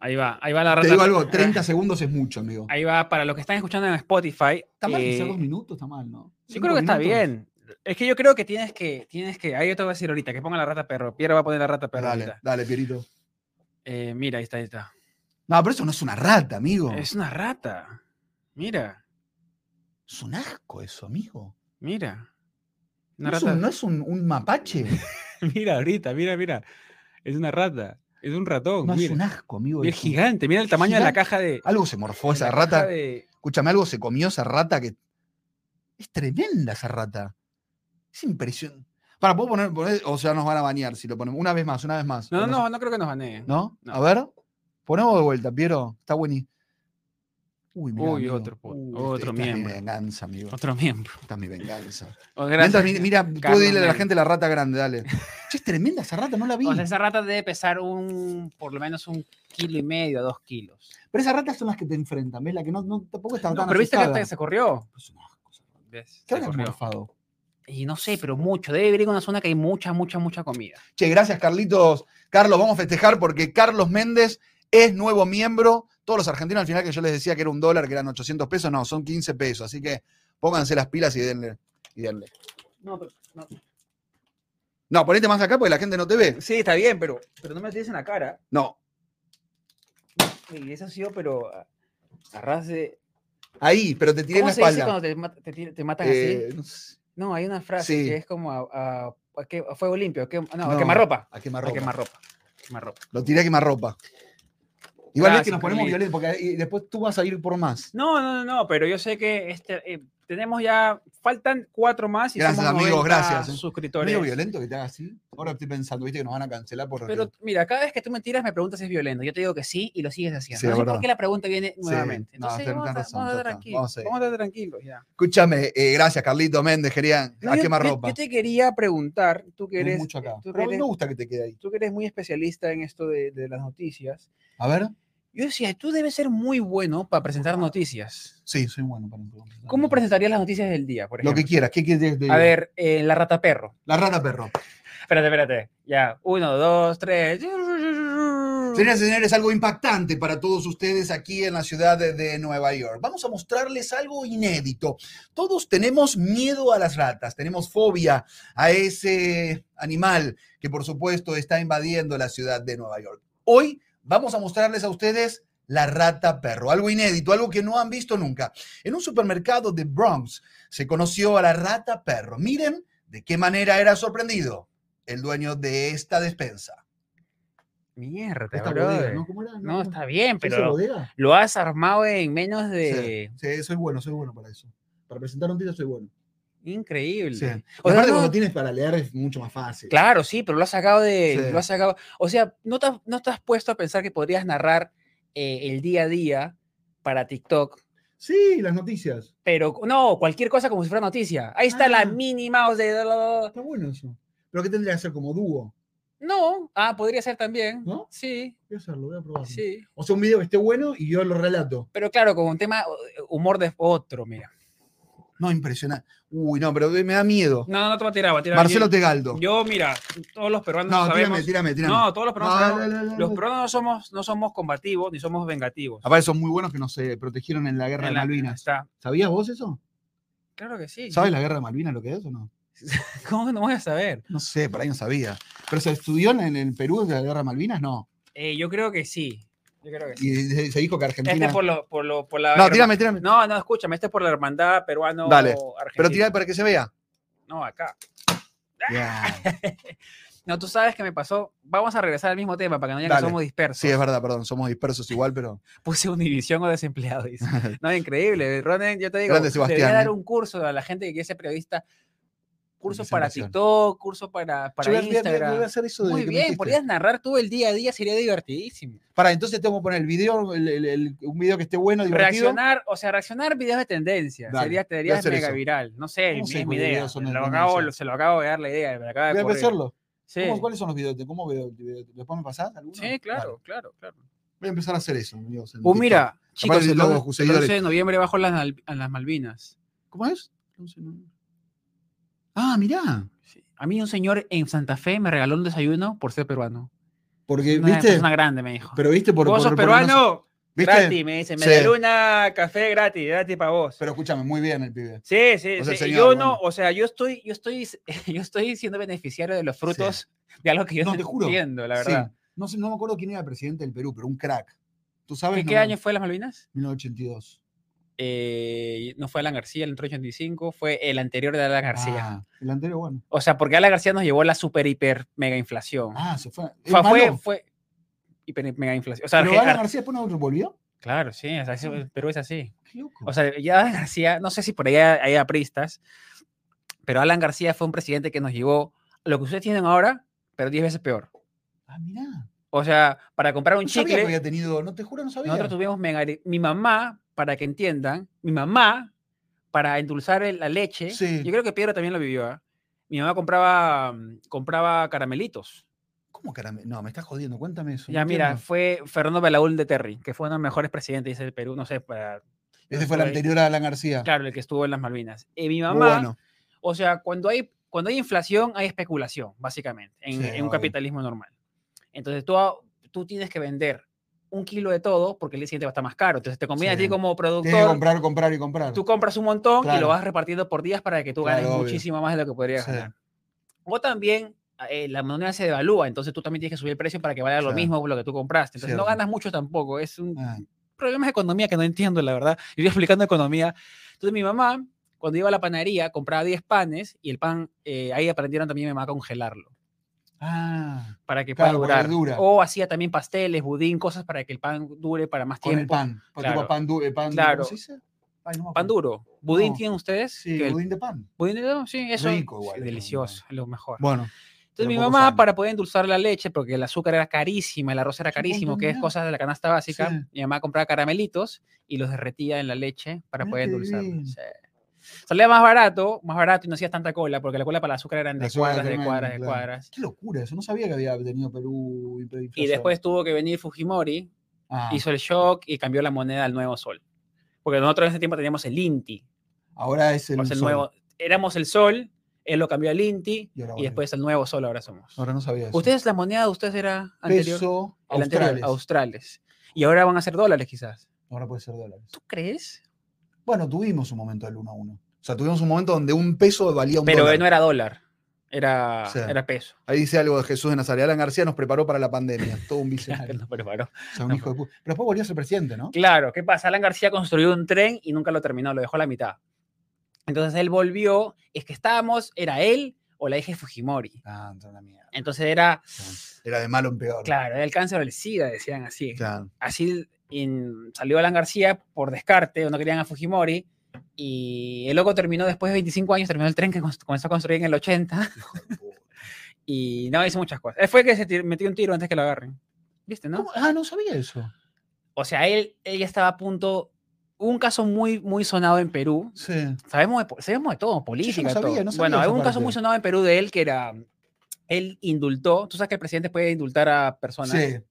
S2: Ahí va, ahí va la
S1: Te
S2: rata.
S1: digo algo, 30 segundos es mucho, amigo.
S2: Ahí va, para los que están escuchando en Spotify.
S1: Está mal que
S2: eh,
S1: sea dos minutos, está mal, ¿no?
S2: yo creo que está bien. Es que yo creo que tienes que, tienes que, ahí yo te voy a decir ahorita, que ponga la rata perro. Piero va a poner la rata perro
S1: dale,
S2: ahorita.
S1: dale, Pierito.
S2: Eh, mira, ahí está, ahí está.
S1: No, pero eso no es una rata, amigo. Es,
S2: Es una rata. Mira,
S1: un asco eso, amigo.
S2: mira. Una
S1: No es,
S2: rata.
S1: un, no es un- un mapache.
S2: Mira ahorita, mira, mira. Es una rata. Es un ratón.
S1: No es
S2: mira.
S1: un asco, amigo.
S2: Mira, es
S1: eso.
S2: gigante. Mira el tamaño de la
S1: Gigante.
S2: caja de.
S1: Algo se morfó
S2: de
S1: esa
S2: la caja
S1: rata.
S2: de-
S1: Escúchame, algo se comió esa rata que. Es tremenda esa rata. Es impresionante. Para, ¿puedo poner, poner- O sea, nos van a bañar si lo ponemos. Una vez más, una vez más.
S2: No, no,
S1: O
S2: no, no creo que nos baneen.
S1: ¿No?
S2: No.
S1: A ver, ponemos de vuelta, Piero. Está buenísimo. Uy, mirá,
S2: Uy,
S1: amigo.
S2: otro po-
S1: Uy, este,
S2: otro
S1: esta es mi
S2: miembro.
S1: venganza, amigo.
S2: Otro miembro.
S1: Esta es mi venganza.
S2: Oh,
S1: Mientras,
S2: gracias.
S1: mi- mira, tú
S2: Carlos
S1: dile a la
S2: Mel.
S1: gente la rata grande, dale. Che, es tremenda esa rata, no la vi.
S2: O sea, esa rata debe pesar un, por lo menos un kilo y medio a dos kilos.
S1: Pero esas ratas son las que te enfrentan, ¿ves? La que no, no- tampoco está
S2: No,
S1: tan
S2: pero viste que
S1: asustada.
S2: hasta se corrió.
S1: Es un asco esa rata.
S2: ¿Ves?
S1: ¿Qué
S2: Se
S1: habrá
S2: corrió.
S1: morfado?
S2: Y no sé, pero mucho. Debe vivir en una zona que hay mucha, mucha, mucha comida.
S1: Che, gracias Carlitos. Carlos, vamos a festejar porque Carlos Méndez es nuevo miembro. Todos los argentinos al final que yo les decía que era un dólar, que eran 800 pesos, no, son 15 pesos. Así que pónganse las pilas y denle. Y denle.
S2: No,
S1: No, ponete más acá porque la gente no te ve.
S2: Sí, está bien, pero, pero no me lo tienes en la cara.
S1: No,
S2: Y eso ha sido, pero ah, a, a ras de...
S1: ahí, pero te tiré en
S2: ¿Cómo
S1: la
S2: se dice
S1: espalda.
S2: cuando te, ma- te tira- te matan
S1: Eh,
S2: así?
S1: no sé.
S2: No, hay una frase
S1: sí.
S2: que es como a, a- a que- a fuego limpio. que- no, a
S1: No,
S2: quemarropa.
S1: A
S2: A
S1: quemarropa.
S2: quemarropa. quemarropa.
S1: Lo tiré a quemarropa. Igual ves que
S2: Gracias,
S1: nos ponemos
S2: Carlitos.
S1: violentos porque ahí- después tú vas a ir por más.
S2: No, no, no, no, pero yo sé que este, eh, tenemos ya, faltan cuatro más y
S1: Gracias,
S2: somos
S1: amigos,
S2: 90
S1: gracias, eh.
S2: suscriptores.
S1: Medio violento que te haga así. Ahora estoy pensando, viste, que nos van a cancelar por.
S2: Pero mira, cada vez que tú me tiras me preguntas si es violento. Yo te digo que sí y lo sigues haciendo.
S1: Sí,
S2: no
S1: es
S2: sé
S1: verdad.
S2: por qué la pregunta viene nuevamente.
S1: no,
S2: Entonces,
S1: ten-
S2: vamos, a,
S1: tenés razón,
S2: vamos a estar
S1: total.
S2: tranquilos.
S1: Vamos a ir.
S2: Vamos a estar tranquilos ya.
S1: Escúchame, eh, gracias, Carlito Méndez, querían
S2: No,
S1: a
S2: yo,
S1: quemar
S2: yo-
S1: ropa.
S2: yo te quería preguntar, tú que
S1: Tenés
S2: eres, eh,
S1: mucho acá.
S2: tú que
S1: Pero a mí
S2: eres-
S1: me gusta que te quede ahí.
S2: tú que eres muy especialista en esto de, de las noticias,
S1: A ver.
S2: yo decía, tú debes ser muy bueno para presentar noticias.
S1: Sí, soy bueno para
S2: ¿Cómo presentarías las noticias del día, por
S1: Lo
S2: ejemplo?
S1: que quieras. ¿Qué quieres de-
S2: A ver, eh, la rata perro.
S1: La rana perro.
S2: Espérate, espérate. Ya, uno, dos, tres.
S1: Señoras y señores, algo impactante para todos ustedes aquí en la ciudad de, de Nueva York. Vamos a mostrarles algo inédito. Todos tenemos miedo a las ratas, tenemos fobia a ese animal que por supuesto está invadiendo la ciudad de Nueva York. Hoy vamos a mostrarles a ustedes la rata perro, algo inédito, algo que no han visto nunca. En un supermercado de Bronx se conoció a la rata perro. Miren de qué manera era sorprendido el dueño de esta despensa.
S2: Mierda,
S1: Esta
S2: bro.
S1: bodega, ¿no? ¿Cómo era? No,
S2: No,
S1: no.
S2: está bien,
S1: ¿Esa
S2: pero
S1: bodega?
S2: lo has armado en menos de...
S1: Sí, soy bueno, soy bueno para eso. Para presentar un título soy bueno.
S2: Increíble.
S1: Sí. Y
S2: O sea,
S1: aparte,
S2: no-
S1: cuando tienes para leer es mucho más fácil.
S2: Claro, sí, pero lo has sacado de...
S1: Sí.
S2: Lo has sacado... O sea, ¿no te, has- no te has puesto a pensar que podrías narrar eh, el día a día para TikTok?
S1: Sí, las noticias.
S2: Pero no, cualquier cosa como si fuera noticia. Ahí está
S1: Ah.
S2: la mínima, o sea,
S1: Está bueno eso. Pero ¿qué tendría que hacer como dúo?
S2: No, ah, podría ser también.
S1: ¿No?
S2: Sí,
S1: Voy a hacerlo, voy a probarlo.
S2: sí.
S1: O sea, un video que esté bueno y yo lo relato.
S2: Pero claro, con un tema eh, humor de otro, mira.
S1: No, impresionante. Uy, no, pero me da miedo.
S2: No, no te va a tirar, va a tirar.
S1: Marcelo
S2: alguien.
S1: Tegaldo.
S2: Yo, mira, todos los peruanos
S1: no, tírame,
S2: sabemos.
S1: tírame, tírame.
S2: No, todos los peruanos
S1: No,
S2: sabemos-
S1: no, no, no,
S2: Los
S1: no.
S2: peruanos no somos, no somos combativos ni somos vengativos.
S1: Aparte, son muy buenos que nos eh, protegieron en la guerra
S2: En
S1: de
S2: la-
S1: Malvinas.
S2: Está.
S1: ¿Sabías vos eso?
S2: Claro que sí.
S1: ¿Sabes la guerra de Malvinas lo que es o no?
S2: ¿Cómo que no voy a saber?
S1: No sé, por ahí no sabía. ¿Pero se estudió en, en Perú la guerra de Malvinas? No.
S2: Eh, yo creo que sí. Yo creo que sí.
S1: Y se- se dijo que Argentina.
S2: Este por, lo, por, lo, por la.
S1: No,
S2: herma-
S1: tírame, tírame.
S2: No, no, escúchame, este es por la hermandad peruano
S1: Dale, Pero
S2: argentina.
S1: tirá para que se vea.
S2: No, acá.
S1: Bien.
S2: No, tú sabes que me pasó. Vamos a regresar al mismo tema para que no digan que
S1: Dale.
S2: somos dispersos.
S1: Sí, es verdad, perdón, somos dispersos igual, pero.
S2: Puse Univisión o desempleado. dice. No, increíble. Ronen, yo te digo,
S1: Grande
S2: debería
S1: Sebastián,
S2: dar
S1: ¿eh?
S2: un curso a la gente que quiere ser periodista. Cursos para
S1: Presentación.
S2: TikTok, cursos para, para
S1: Yo voy a- voy a-
S2: Instagram.
S1: voy a hacer eso de
S2: Muy
S1: que me
S2: bien,
S1: dijiste.
S2: podrías narrar tú el día a día, sería divertidísimo.
S1: Pará, entonces tengo que poner el video, el- el- el- un video que esté bueno, divertido.
S2: Reaccionar, o sea, reaccionar videos de tendencia.
S1: Dale,
S2: sería
S1: voy a
S2: sería
S1: hacer
S2: mega
S1: eso.
S2: viral. No sé,
S1: ¿Cómo
S2: es
S1: sé
S2: mi
S1: cuáles
S2: idea.
S1: videos son de
S2: Lo acabo-
S1: tendencia?
S2: se lo acabo de dar la idea. Me acaba de
S1: Voy a
S2: ocurrir.
S1: hacerlo.
S2: Sí,
S1: ¿Cómo- ¿Cuáles son los videos? de- ¿Cómo veo? video- ¿Después me pasás alguno?
S2: sí,
S1: Vale.
S2: claro, claro, claro.
S1: Voy a empezar a hacer eso, amigos. en
S2: O
S1: TikTok.
S2: mira, chicos,
S1: Aparte
S2: el
S1: todos
S2: 11
S1: sus
S2: el
S1: seguidores.
S2: 11 de noviembre bajo las, Nal- a las Malvinas.
S1: ¿Cómo es? No sé, no. Ah, mirá.
S2: Sí. A mí un señor en Santa Fe me regaló un desayuno por ser peruano.
S1: Porque,
S2: Una
S1: Eh, ¿viste?
S2: persona grande me dijo.
S1: Pero viste por.
S2: ¿Vos
S1: por-
S2: sos
S1: por-
S2: peruano?
S1: ¿Viste?
S2: Gratis, me dice.
S1: Sí.
S2: Media luna, café gratis, gratis para vos.
S1: Pero escúchame, muy bien el pibe.
S2: sí, sí,
S1: o sea,
S2: sí.
S1: señor,
S2: yo
S1: bueno.
S2: no, o sea, yo estoy, yo estoy, yo estoy siendo beneficiario de los frutos de algo que yo
S1: No,
S2: no,
S1: te juro.
S2: entiendo, la
S1: Sí.
S2: verdad.
S1: No, sé, no me acuerdo quién era el presidente del Perú, pero un crack. ¿Tú sabes?
S2: ¿Y
S1: No
S2: qué
S1: me-
S2: año fue las Malvinas?
S1: 1982.
S2: Eh, no fue Alan García, el entró 85, fue el anterior de Alan García.
S1: Ah, el anterior, bueno.
S2: O sea, porque Alan García nos llevó la super, hiper, mega inflación.
S1: Ah, se fue.
S2: Fue,
S1: Es
S2: fue,
S1: malo,
S2: fue hiper, mega inflación. O sea,
S1: pero
S2: Arge-
S1: Alan
S2: Ar-
S1: García después no volvió.
S2: claro, sí, o sea, sí, Perú es así.
S1: Qué loco.
S2: O sea, ya Alan García, no sé si por ahí hay, hay apristas, pero Alan García fue un presidente que nos llevó a lo que ustedes tienen ahora, pero 10 veces peor.
S1: ah, mirá.
S2: O sea, para comprar un
S1: No sabía que
S2: chicle,
S1: había tenido, no te juro, no sabía.
S2: nosotros tuvimos mega- Mi mamá, para que entiendan, mi mamá, para endulzar el- la leche,
S1: Sí.
S2: yo creo que Pedro también lo vivió, ¿ah? Mi mamá compraba, mm, compraba caramelitos.
S1: ¿Cómo caramelo? No, me estás jodiendo, cuéntame eso.
S2: Ya,
S1: no
S2: mira,
S1: entiendo.
S2: fue Fernando Belaúl de Terry, que fue uno de los mejores presidentes del Perú, no sé, para,
S1: Ese fue el
S2: fue-
S1: anterior a Alan García.
S2: claro, el que estuvo en las Malvinas. Y mi
S1: Muy
S2: mamá,
S1: bueno.
S2: O sea, cuando hay, cuando hay inflación, hay especulación, básicamente, en,
S1: Sí,
S2: en
S1: obvio.
S2: un capitalismo normal. Entonces tú, a- tú tienes que vender un kilo de todo porque el día siguiente va a estar más caro. Entonces te
S1: Sí.
S2: conviene a ti
S1: Tienes
S2: como
S1: que
S2: productor,
S1: comprar, comprar y comprar.
S2: tú compras un montón y
S1: Claro.
S2: lo vas repartiendo por días para que tú ganes
S1: Claro, obvio.
S2: muchísimo más de lo que podrías
S1: Sí.
S2: ganar. O también eh, la moneda se devalúa, entonces tú también tienes que subir el precio para que valga
S1: Claro.
S2: lo mismo lo que tú compraste. Entonces no
S1: Cierto.
S2: ganas mucho tampoco, es un,
S1: Ah,
S2: problemas de economía que no entiendo, la verdad. Yo iba explicando economía. Entonces, mi mamá, cuando iba a la panadería, compraba 10 panes y el pan, eh, ahí aprendieron también mi mamá a congelarlo
S1: ah,
S2: para que
S1: Claro, para
S2: pueda
S1: que
S2: durar.
S1: dura.
S2: O hacía también pasteles, budín, cosas para que el pan dure para más
S1: con el
S2: tiempo.
S1: pan. Por tipo
S2: Claro.
S1: pan, du- eh, pan ¿cómo
S2: Claro.
S1: se dice? Ay, no me acuerdo.
S2: Pan duro. ¿Budín
S1: No.
S2: tienen ustedes?
S1: Sí,
S2: Que el-
S1: budín de pan.
S2: budín de no, sí, eso.
S1: Rico igual,
S2: sí,
S1: eso,
S2: delicioso, lo mejor.
S1: Bueno,
S2: Entonces
S1: pero
S2: mi
S1: poco
S2: mamá,
S1: sano.
S2: para poder endulzar la leche, porque el azúcar era carísima, el arroz era
S1: Es un
S2: carísimo,
S1: montón
S2: que
S1: de
S2: es
S1: nada.
S2: cosas de la canasta básica,
S1: Sí.
S2: mi mamá compraba caramelitos y los derretía en la leche para
S1: Mira
S2: poder
S1: Ah, qué
S2: endulzarla.
S1: bien.
S2: sí. Salía más barato, más barato y no hacías tanta cola, porque la cola para el azúcar eran
S1: La
S2: de
S1: azúcar era
S2: cuadras, de
S1: tremenda,
S2: cuadras, de
S1: claro.
S2: cuadras.
S1: qué locura eso. No sabía que había tenido Perú
S2: Y
S1: hiperinflación.
S2: después tuvo que venir Fujimori,
S1: Ah,
S2: hizo el shock y cambió la moneda al nuevo sol. Porque nosotros en ese tiempo teníamos el INTI,
S1: ahora es el,
S2: o sea, el
S1: sol.
S2: nuevo, éramos el sol, él lo cambió al INTI
S1: Y ahora
S2: y
S1: volvió.
S2: después el nuevo sol ahora somos.
S1: Ahora Pues, no sabía eso.
S2: Ustedes, la moneda de ustedes era anterior.
S1: peso
S2: El
S1: australes.
S2: anterior, australes. Y ahora van a ser dólares quizás.
S1: Ahora puede ser dólares.
S2: ¿Tú crees?
S1: Bueno, tuvimos un momento del 1 a 1. O sea, tuvimos un momento donde un peso valía un
S2: Pero
S1: dólar.
S2: no era dólar, era,
S1: Sí.
S2: era peso.
S1: Ahí dice algo de Jesús de Nazaret. Alan García nos preparó para la pandemia. Todo un
S2: Claro,
S1: visionario.
S2: no preparó.
S1: O sea, un hijo de pu- Pero después volvió a ser presidente, ¿no?
S2: Claro, ¿qué pasa? Alan García construyó un tren y nunca lo terminó, lo dejó a la mitad. Entonces él volvió, es que estábamos, era él o la hija de Fujimori.
S1: Ah, entra la mierda.
S2: Entonces era,
S1: Era de malo en peor.
S2: claro, era el cáncer o el SIDA, decían así.
S1: Claro.
S2: Así in- salió Alan García por descarte, no querían a Fujimori. Y el loco terminó después de 25 años, terminó el tren que cons- comenzó a construir en el 80.
S1: Hijo de puta.
S2: Y no, hizo muchas cosas. Él fue el que se tir- metió un tiro antes que lo agarren. ¿Viste, no?
S1: ¿Cómo? Ah, no sabía eso.
S2: O sea, él, él ya estaba a punto. Hubo un caso muy, muy sonado en Perú.
S1: Sí.
S2: Sabemos de, po- sabemos de todo, política. de
S1: sabía,
S2: todo.
S1: no sabía
S2: bueno,
S1: esa
S2: hubo un caso
S1: parte.
S2: muy sonado en Perú de él que era. Él indultó. Tú sabes que el presidente puede indultar a personas.
S1: Sí. Acá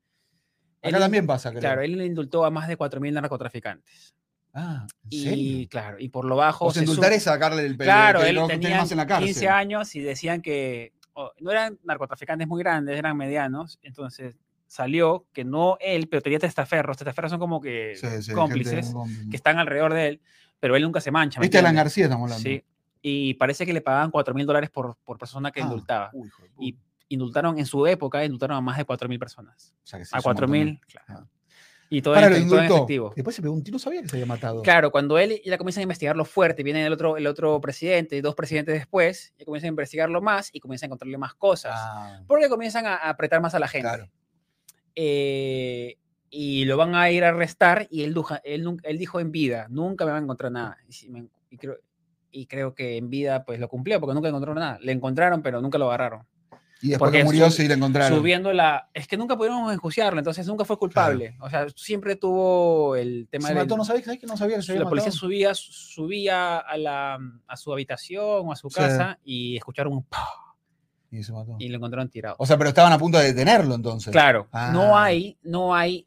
S2: Él-
S1: también pasa, creo.
S2: Claro, él indultó a más de 4.000 narcotraficantes.
S1: Ah, ¿en
S2: Y
S1: serio?
S2: claro, y por lo bajo.
S1: O sea,
S2: se
S1: indultar
S2: sub-
S1: es sacarle el pelo.
S2: Claro,
S1: que
S2: él
S1: no, que estén
S2: tenía
S1: más en la cárcel.
S2: 15 años y decían que o, no eran narcotraficantes muy grandes, eran medianos, entonces salió que no él, pero tenía testaferros, testaferros son como que
S1: Sí, sí, gente
S2: cómplices
S1: muy cómplice.
S2: que están alrededor de él, pero él nunca se mancha. ¿me
S1: Este Alan
S2: entiendes?
S1: García estamos hablando.
S2: Sí, y parece que le pagaban 4 mil dólares por, por persona que
S1: Ah,
S2: indultaba.
S1: uy, hijo de puta.
S2: Y- Indultaron, en su época, indultaron a más de 4 mil personas.
S1: O sea, que sí,
S2: a
S1: es un montón.
S2: 4 mil,
S1: Ah.
S2: claro. Y todo,
S1: Ahora
S2: en,
S1: lo
S2: efectivo- todo en
S1: indultó.
S2: efectivo.
S1: Después se pegó un tiro, sabía que se había matado.
S2: Claro, cuando él ya comienzan a investigarlo fuerte, viene el otro, el otro presidente, dos presidentes después, ya comienzan a investigarlo más y comienzan a encontrarle más cosas.
S1: Ah,
S2: Porque comienzan a a apretar más a la gente.
S1: Claro.
S2: Eh, y lo van a ir a arrestar y él, duja- él, nun- él dijo en vida, nunca me va a encontrar nada. Y, si me en- y creo, y creo que en vida pues lo cumplió porque nunca encontró nada. Le encontraron pero nunca lo agarraron.
S1: y después que
S2: porque
S1: murió,
S2: sub-
S1: sí la encontraron.
S2: Subiendo la... Es que nunca pudieron enjuiciarlo, entonces nunca fue culpable. O sea, siempre tuvo el tema
S1: se
S2: del-
S1: mató, no sabía, ¿sabés que no sabía que se había
S2: la policía
S1: matado?
S2: subía, subía a, la, a su habitación o a su
S1: Sí.
S2: casa y escucharon un ¡pah!
S1: Y se mató.
S2: y lo encontraron tirado.
S1: O sea, pero estaban a punto de detenerlo entonces.
S2: Claro, no
S1: Oh, Ah.
S2: hay, no hay,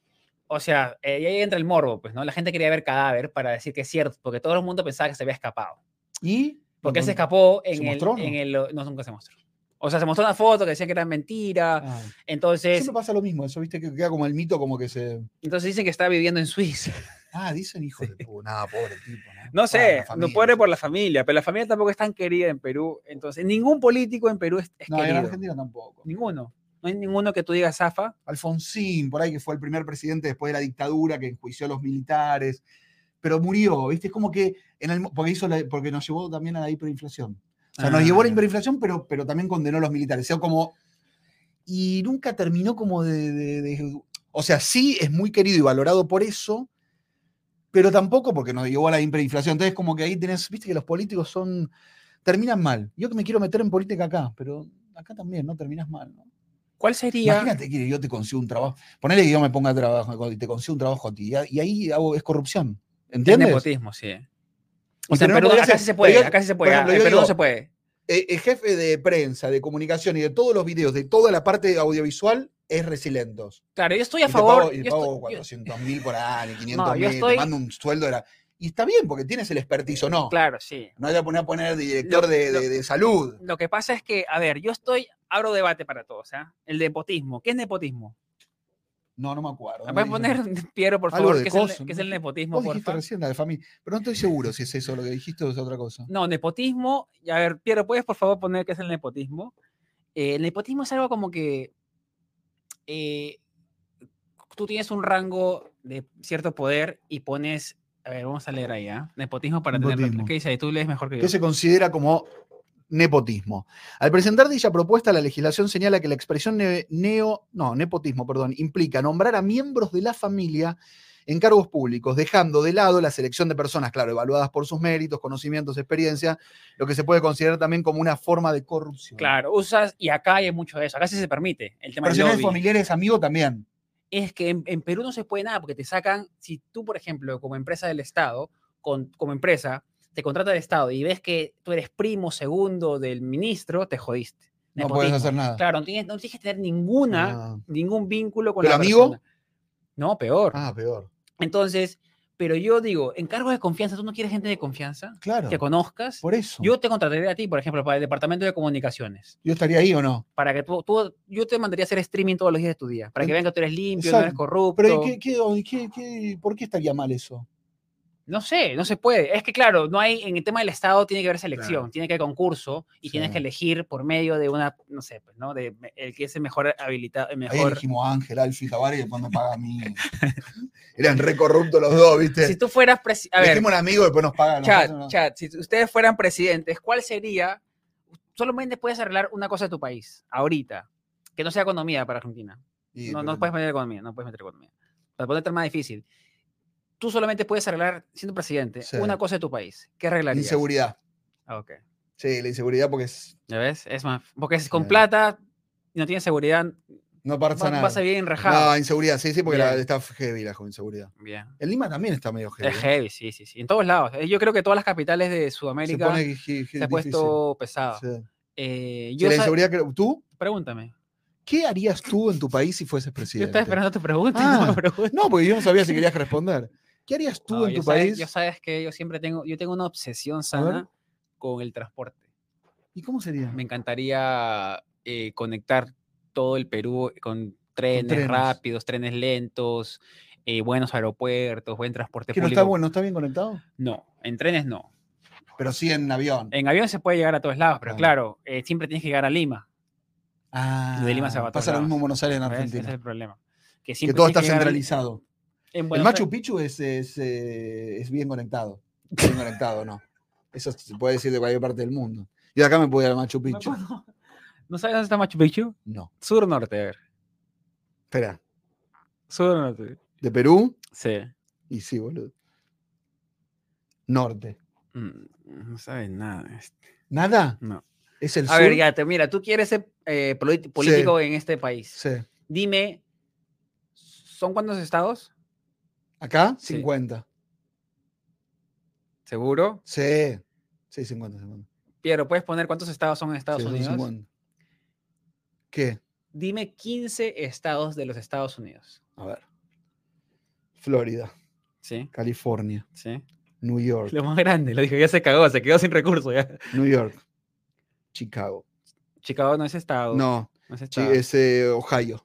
S2: o sea, eh, y ahí entra el morbo, pues, ¿no? La gente quería ver cadáver para decir que es cierto, porque todo el mundo pensaba que se había escapado.
S1: ¿Y?
S2: Porque él
S1: Entonces-
S2: se escapó en el,
S1: mostró, no?
S2: en el, no, nunca se mostró. O sea, se mostró una foto que decía que era mentira,
S1: Ah.
S2: entonces,
S1: Siempre pasa lo mismo, eso viste que queda como el mito como que se...
S2: entonces dicen que está viviendo en Suiza.
S1: Ah, dicen hijo de puta, nada, pobre tipo. No,
S2: No sé, no pobre
S1: puede
S2: por la familia, pero la familia tampoco es tan querida en Perú, entonces ningún político en Perú es, es
S1: No, y en
S2: querido.
S1: Argentina tampoco.
S2: Ninguno. No hay ninguno que tú digas zafa.
S1: Alfonsín, por ahí que fue el primer presidente después de la dictadura que enjuició a los militares, pero murió, ¿viste? Es como que, en el, mo- porque, hizo la- porque nos llevó también a la hiperinflación. O sea, nos
S2: Ah,
S1: llevó a la
S2: ya.
S1: hiperinflación, pero, pero también condenó a los militares. O sea, como... Y nunca terminó como de, de- de- O sea, sí es muy querido y valorado por eso, pero tampoco porque nos llevó a la hiperinflación. Entonces, como que ahí tenés, viste que los políticos son... Terminan mal. Yo que me quiero meter en política acá, pero acá también, ¿no? Terminas mal, ¿no?
S2: ¿Cuál sería?
S1: Imagínate que yo te consigo un trabajo. Ponele que yo me ponga a trabajo y te consigo un trabajo a ti. Y a- y ahí hago, es corrupción.
S2: Es
S1: ¿Entiendes?
S2: nepotismo, sí. O
S1: Y pero
S2: sea, en
S1: no
S2: Perú,
S1: podría
S2: acá
S1: ser-
S2: sí se puede,
S1: pero yo-
S2: acá sí se
S1: por
S2: puede.
S1: ejemplo,
S2: en
S1: yo
S2: Perú no
S1: digo-
S2: se puede.
S1: Eh, El jefe de prensa, de comunicación y de todos los videos, de toda la parte audiovisual, es Resilentos.
S2: Claro, yo estoy a
S1: y
S2: favor.
S1: Te pago, y te
S2: yo
S1: pago
S2: estoy- yo-
S1: 400 mil por año, 500 mil,
S2: yo
S1: te
S2: estoy-
S1: mando un sueldo. de la- Y está bien, porque tienes el expertizo, ¿no?
S2: claro, sí.
S1: No voy a poner a poner director
S2: Lo-
S1: de,
S2: lo-
S1: de- de salud.
S2: Lo que pasa es que, a ver, yo estoy. Abro debate para todos, ¿ah? El nepotismo. ¿Qué es nepotismo?
S1: No, no me acuerdo.
S2: ¿Me
S1: no
S2: puedes
S1: me
S2: poner,
S1: dijeron.
S2: Piero, por
S1: Algo
S2: favor,
S1: de
S2: qué es, el,
S1: coso,
S2: qué es
S1: ¿no?
S2: el nepotismo,
S1: Vos
S2: por
S1: dijiste recién la de familia, pero no estoy seguro si es eso lo que dijiste o es otra cosa.
S2: No, nepotismo. y A ver, Piero, ¿puedes por favor poner qué es el nepotismo? Eh, el nepotismo es algo como que eh, tú tienes un rango de cierto poder y pones. A ver, vamos a leer ahí, ¿ah? Nepotismo para tener.
S1: Nepotismo.
S2: ¿Qué dice ahí? Tú lees mejor que yo.
S1: que se considera como nepotismo. Al presentar dicha propuesta, la legislación señala que la expresión ne- neo, no, nepotismo, perdón, implica nombrar a miembros de la familia en cargos públicos, dejando de lado la selección de personas, claro, evaluadas por sus méritos, conocimientos, experiencia, lo que se puede considerar también como una forma de corrupción.
S2: Claro, usas, y acá hay mucho de eso, acá sí se permite el tema
S1: Personas familiares, amigos también.
S2: Es que en, en, Perú no se puede nada porque te sacan, si tú, por ejemplo, como empresa del Estado, con, como empresa, te contrata el Estado y ves que tú eres primo segundo del ministro, te jodiste.
S1: No puedes hacer nada. Ah.
S2: Claro, no tienes, no tienes que tener ninguna, no. ningún vínculo con
S1: ¿Pero
S2: la
S1: amigo? Persona.
S2: No, peor.
S1: Ah, peor.
S2: Entonces, pero yo digo, en cargos de confianza, ¿tú no quieres gente de confianza?
S1: Claro.
S2: Que conozcas.
S1: Por eso.
S2: Yo te contrataría a ti, por ejemplo, para el departamento de comunicaciones.
S1: ¿Yo estaría ahí o no?
S2: Para que tú, tú yo te mandaría a hacer streaming todos los días de tu día, para que vean que tú eres limpio, Exacto. no eres corrupto.
S1: Pero ¿qué, qué, qué, qué, por qué estaría mal eso?
S2: No sé, no se puede. Es que claro, no hay en el tema del Estado tiene que haber selección, claro. tiene que haber concurso y sí. tienes que elegir por medio de una, no sé, pues, ¿no? De el que es el mejor habilitado, el mejor. Ahí
S1: elegimos a Ángel, Alfi, Tabar y después nos paga a mí. Eran re corruptos los dos, ¿viste?
S2: Si tú fueras presidente.
S1: Elegimos un amigo y después nos pagan.
S2: Chat,
S1: nos pagan,
S2: chat, si ustedes fueran presidentes, ¿cuál sería? Solamente puedes arreglar una cosa de tu país, ahorita, que no sea economía para Argentina. Sí, no, pero... no puedes meter economía, no puedes meter economía. Para ponerte más difícil tú solamente puedes arreglar, siendo presidente, sí. una cosa de tu país. ¿Qué arreglarías?
S1: Inseguridad.
S2: Ah, ok.
S1: Sí, la inseguridad porque es...
S2: ¿Ya ves? Es más... Porque es con sí. plata, no tienes seguridad...
S1: No pasa
S2: vas,
S1: nada.
S2: Vas a bien rajado.
S1: No, inseguridad, sí, sí, porque la, está heavy la inseguridad.
S2: Bien.
S1: El Lima también está medio heavy. ¿eh?
S2: Es heavy, sí, sí, sí. En todos lados. Eh, Yo creo que todas las capitales de Sudamérica se, pone, he, he, se ha puesto pesado. Sí.
S1: Eh, yo la inseguridad... Que... ¿Tú?
S2: Pregúntame.
S1: ¿Qué harías tú en tu país si fueses presidente?
S2: Yo estaba esperando tu pregunta. Ah,
S1: no, no, porque yo no sabía si querías responder. ¿Qué harías tú no, en tu
S2: sabes,
S1: país?
S2: Yo sabes que yo siempre tengo, yo tengo una obsesión sana con el transporte.
S1: ¿Y cómo sería?
S2: Me encantaría eh, conectar todo el Perú con trenes, con trenes. rápidos, trenes lentos, eh, buenos aeropuertos, buen transporte
S1: ¿Que
S2: público.
S1: no está bueno? ¿No está bien conectado?
S2: No, en trenes no.
S1: Pero sí en avión.
S2: En avión se puede llegar a todos lados, pero ah. claro, eh, siempre tienes que llegar a Lima.
S1: Ah,
S2: de Lima se va
S1: pasa lo mismo en Buenos Aires en Argentina.
S2: Ese es el problema.
S1: Que, que todo está centralizado. En el Machu Picchu es, es, eh, es bien conectado. Es bien conectado, ¿no? Eso se puede decir de cualquier parte del mundo. Yo acá me puedo ir al Machu Picchu.
S2: ¿No, ¿No sabes dónde está Machu Picchu?
S1: No.
S2: Sur-norte, a ver.
S1: Espera.
S2: Sur-norte.
S1: ¿De Perú?
S2: Sí.
S1: Y sí, boludo. Norte.
S2: Mm, no sabes nada.
S1: ¿Nada?
S2: No.
S1: ¿Es el
S2: a sur? ver, ya te, mira, tú quieres ser eh, político sí, en este país.
S1: Sí.
S2: Dime, ¿son cuántos estados?
S1: Acá, sí. 50.
S2: ¿Seguro?
S1: Sí. Sí, 50, 50.
S2: Piero, ¿puedes poner cuántos estados son en Estados Unidos? 50.
S1: ¿Qué?
S2: Dime 15 estados de los Estados Unidos.
S1: A ver. Florida.
S2: Sí.
S1: California.
S2: Sí.
S1: New York.
S2: Lo más grande, lo dijo, ya se cagó, se quedó sin recursos ya.
S1: New York. Chicago.
S2: Chicago no es estado.
S1: No.
S2: no
S1: es, estado. es eh, Ohio.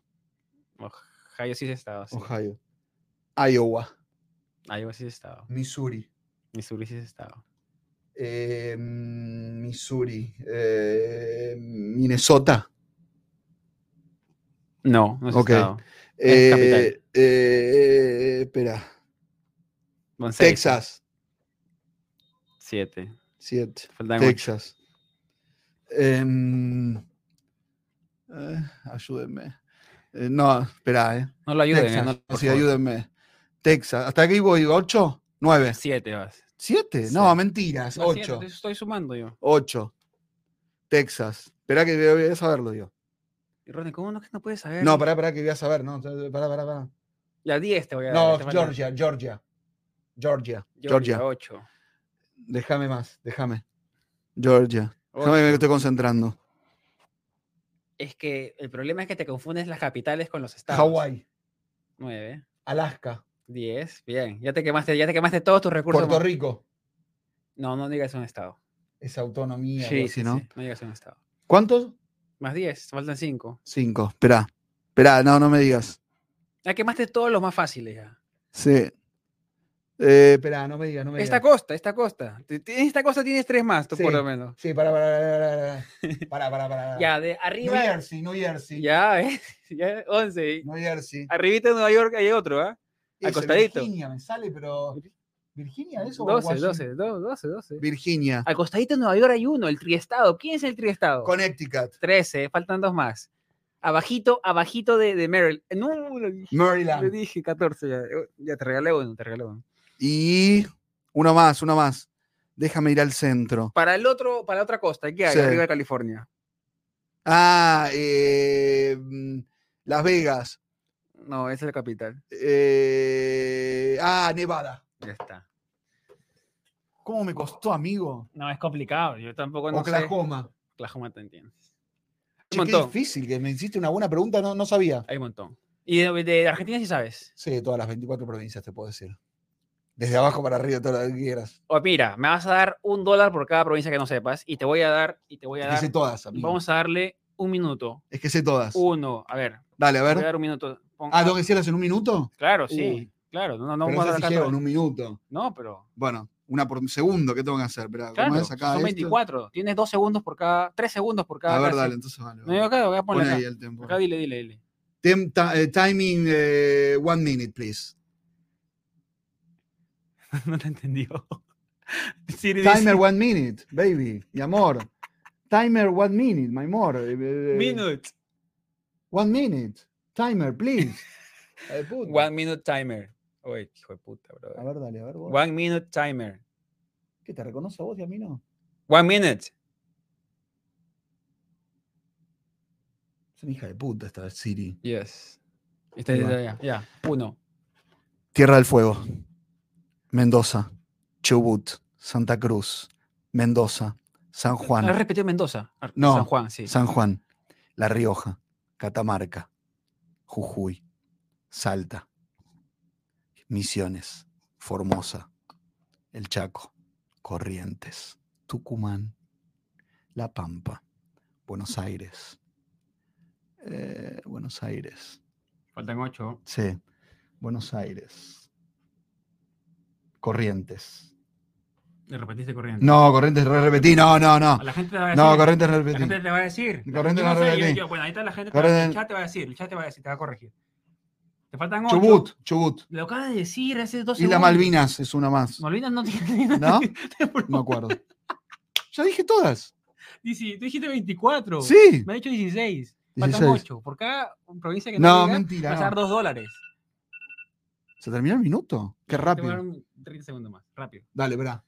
S2: Ohio sí es estado. Sí.
S1: Ohio. Iowa.
S2: Iowa sí es estado.
S1: Missouri.
S2: Missouri sí es estado.
S1: Eh, Missouri. Eh, Minnesota.
S2: No, no es
S1: okay.
S2: estado.
S1: Es capital. Eh, espera.
S2: Bonsai.
S1: Texas.
S2: Siete.
S1: Siete. Texas. Eh, eh, ayúdenme. Eh, no, espera, ¿eh?
S2: No lo ayuden.
S1: Texas,
S2: no,
S1: sí, ayúdenme. Texas, ¿hasta aquí voy? ¿Ocho? ¿Nueve?
S2: Siete vas.
S1: ¿Siete? Sí. No, mentiras.
S2: No,
S1: ocho.
S2: Siete, estoy sumando yo.
S1: Ocho. Texas. Espera que voy a saberlo yo.
S2: Y Ronnie, ¿cómo no que no puedes saber?
S1: No, pará, pará, que voy a saber. No, pará, pará, pará.
S2: La diez te voy a
S1: No,
S2: dar,
S1: Georgia, Georgia, Georgia.
S2: Georgia. Georgia, ocho.
S1: Déjame más, déjame. Georgia. Déjame que me estoy concentrando.
S2: Es que el problema es que te confundes las capitales con los estados.
S1: Hawái.
S2: 9.
S1: Alaska.
S2: 10. Bien. Ya te quemaste, ya te quemaste todos tus recursos.
S1: Puerto Rico.
S2: No, no digas un estado.
S1: Es autonomía.
S2: Sí, sí, ¿no? Sí. No digas un estado.
S1: ¿Cuántos?
S2: Más 10. Faltan 5.
S1: 5. Espera. Espera, no, no me digas.
S2: Ya quemaste todos los más fáciles ya.
S1: Sí. Eh, espera, no me digas, no me
S2: Esta
S1: digas.
S2: costa, esta costa. Esta costa tienes tres más, tú
S1: sí, Ah.
S2: por lo menos.
S1: Sí, para, para, para, para, para, para.
S2: Ya, de arriba.
S1: New Jersey, New Jersey.
S2: Ya, ¿eh? ya 11.
S1: New Jersey.
S2: Arribita de Nueva York hay otro, ¿ah? ¿eh? Al costadito.
S1: Virginia me sale, pero... ¿Virginia eso?
S2: 12, 12, 12, 12.
S1: Virginia.
S2: Al
S1: e
S2: costadito de Nueva York hay uno, el triestado. ¿Quién es el triestado?
S1: Connecticut.
S2: 13, faltan dos más. Abajito, abajito de, de Maryland. No,
S1: Maryland.
S2: le dije 14 ya. eh, Ya te regalé uno, te regalé uno.
S1: Y uno más, uno más. Déjame ir al centro.
S2: Para el otro, para la otra costa, ¿qué hay?
S1: Sí.
S2: Arriba de California.
S1: Ah, eh, Las Vegas.
S2: No, esa es la capital.
S1: Eh, ah, Nevada.
S2: Ya está.
S1: ¿Cómo me costó, amigo?
S2: No, es complicado. Yo tampoco no
S1: Oklahoma.
S2: sé. Oklahoma te entiendes.
S1: Che,
S2: Hay un
S1: qué
S2: montón.
S1: difícil, que me hiciste una buena pregunta, no, no sabía.
S2: Hay un montón. Y de, de Argentina sí sabes.
S1: Sí, todas las 24 provincias te puedo decir. Desde abajo para arriba, todo lo que quieras.
S2: O mira, me vas a dar un dólar por cada provincia que no sepas y te voy a dar, y te voy a
S1: Es que sé
S2: dar,
S1: todas, amigo.
S2: vamos a darle un minuto.
S1: Es que sé todas.
S2: Uno, a ver,
S1: Dale, a
S2: te voy a
S1: ver.
S2: dar un minuto. Pon-
S1: Ah, ¿tengo que decirlas en un minuto?
S2: Claro, sí,
S1: Uy.
S2: claro. No, no,
S1: Pero
S2: vamos a
S1: no sé
S2: dar
S1: si
S2: acá
S1: llego
S2: todo.
S1: en un minuto.
S2: No, pero,
S1: Bueno, una por segundo, ¿qué tengo que hacer? Esperá, ¿cómo
S2: claro,
S1: es acá
S2: son
S1: esto?
S2: 24. Tienes dos segundos por cada, tres segundos por cada.
S1: A ver,
S2: clase.
S1: dale, entonces vale.
S2: No, yo acá, voy a
S1: Pon
S2: poner acá.
S1: ahí el tiempo.
S2: Acá dile, dile, dile.
S1: Tem- ta- eh, timing, eh, one minute, please.
S2: no te entendió. Siri dice,
S1: Timer one minute, baby, mi amor. Timer one minute, my amor. Eh, eh,
S2: minute.
S1: One minute. Timer, please. Eh, puta.
S2: One minute timer. Oye, hijo de puta, bro.
S1: A ver, pues. dale, a ver vos.
S2: One minute timer.
S1: ¿Qué te reconoce a vos y a mí no?
S2: One minute.
S1: Es una hija de puta esta Siri.
S2: Yes. Está,
S1: Ahí va.
S2: está, ya, ya. Uno.
S1: Tierra del Fuego, Mendoza, Chubut, Santa Cruz, Mendoza, San
S2: Ah,
S1: Juan,
S2: repetió Mendoza. Ah,
S1: No.
S2: San Juan, sí.
S1: San Juan, La Rioja, Catamarca, Jujuy, Salta, Misiones, Formosa, El Chaco, Corrientes, Tucumán, La Pampa, Buenos Aires. Eh, Buenos Aires.
S2: Faltan ocho.
S1: Sí. Buenos Aires. Corrientes.
S2: Le repetiste corriente.
S1: No, Corrientes, re- repetí. No, no, no.
S2: A la gente le va a decir.
S1: No, Corrientes, re-
S2: La gente
S1: repetí.
S2: le va a decir.
S1: Corriente
S2: Yo no
S1: no
S2: sé,
S1: repetí.
S2: yo- yo- bueno, ahí está la gente. te va-
S1: Corriente-
S2: El chat te va a decir. El chat te va a decir. Te va a corregir. Te faltan ocho.
S1: Chubut, Chubut.
S2: Lo acabas de decir hace dos
S1: Y la
S2: segundos.
S1: Malvinas es una más.
S2: Malvinas no tiene.
S1: ¿No?
S2: Te juro.
S1: No acuerdo. Ya dije todas.
S2: Dice, tú dijiste 24.
S1: Sí.
S2: Me ha dicho 16. Faltan
S1: 16.
S2: 8. Por cada provincia que
S1: No,
S2: no, diga,
S1: mentira,
S2: vas a
S1: no.
S2: dar 2 dólares.
S1: ¿Se terminó el minuto? Qué
S2: Te voy a dar
S1: rápido.
S2: un 30 segundos más. Rápido.
S1: Dale, verá.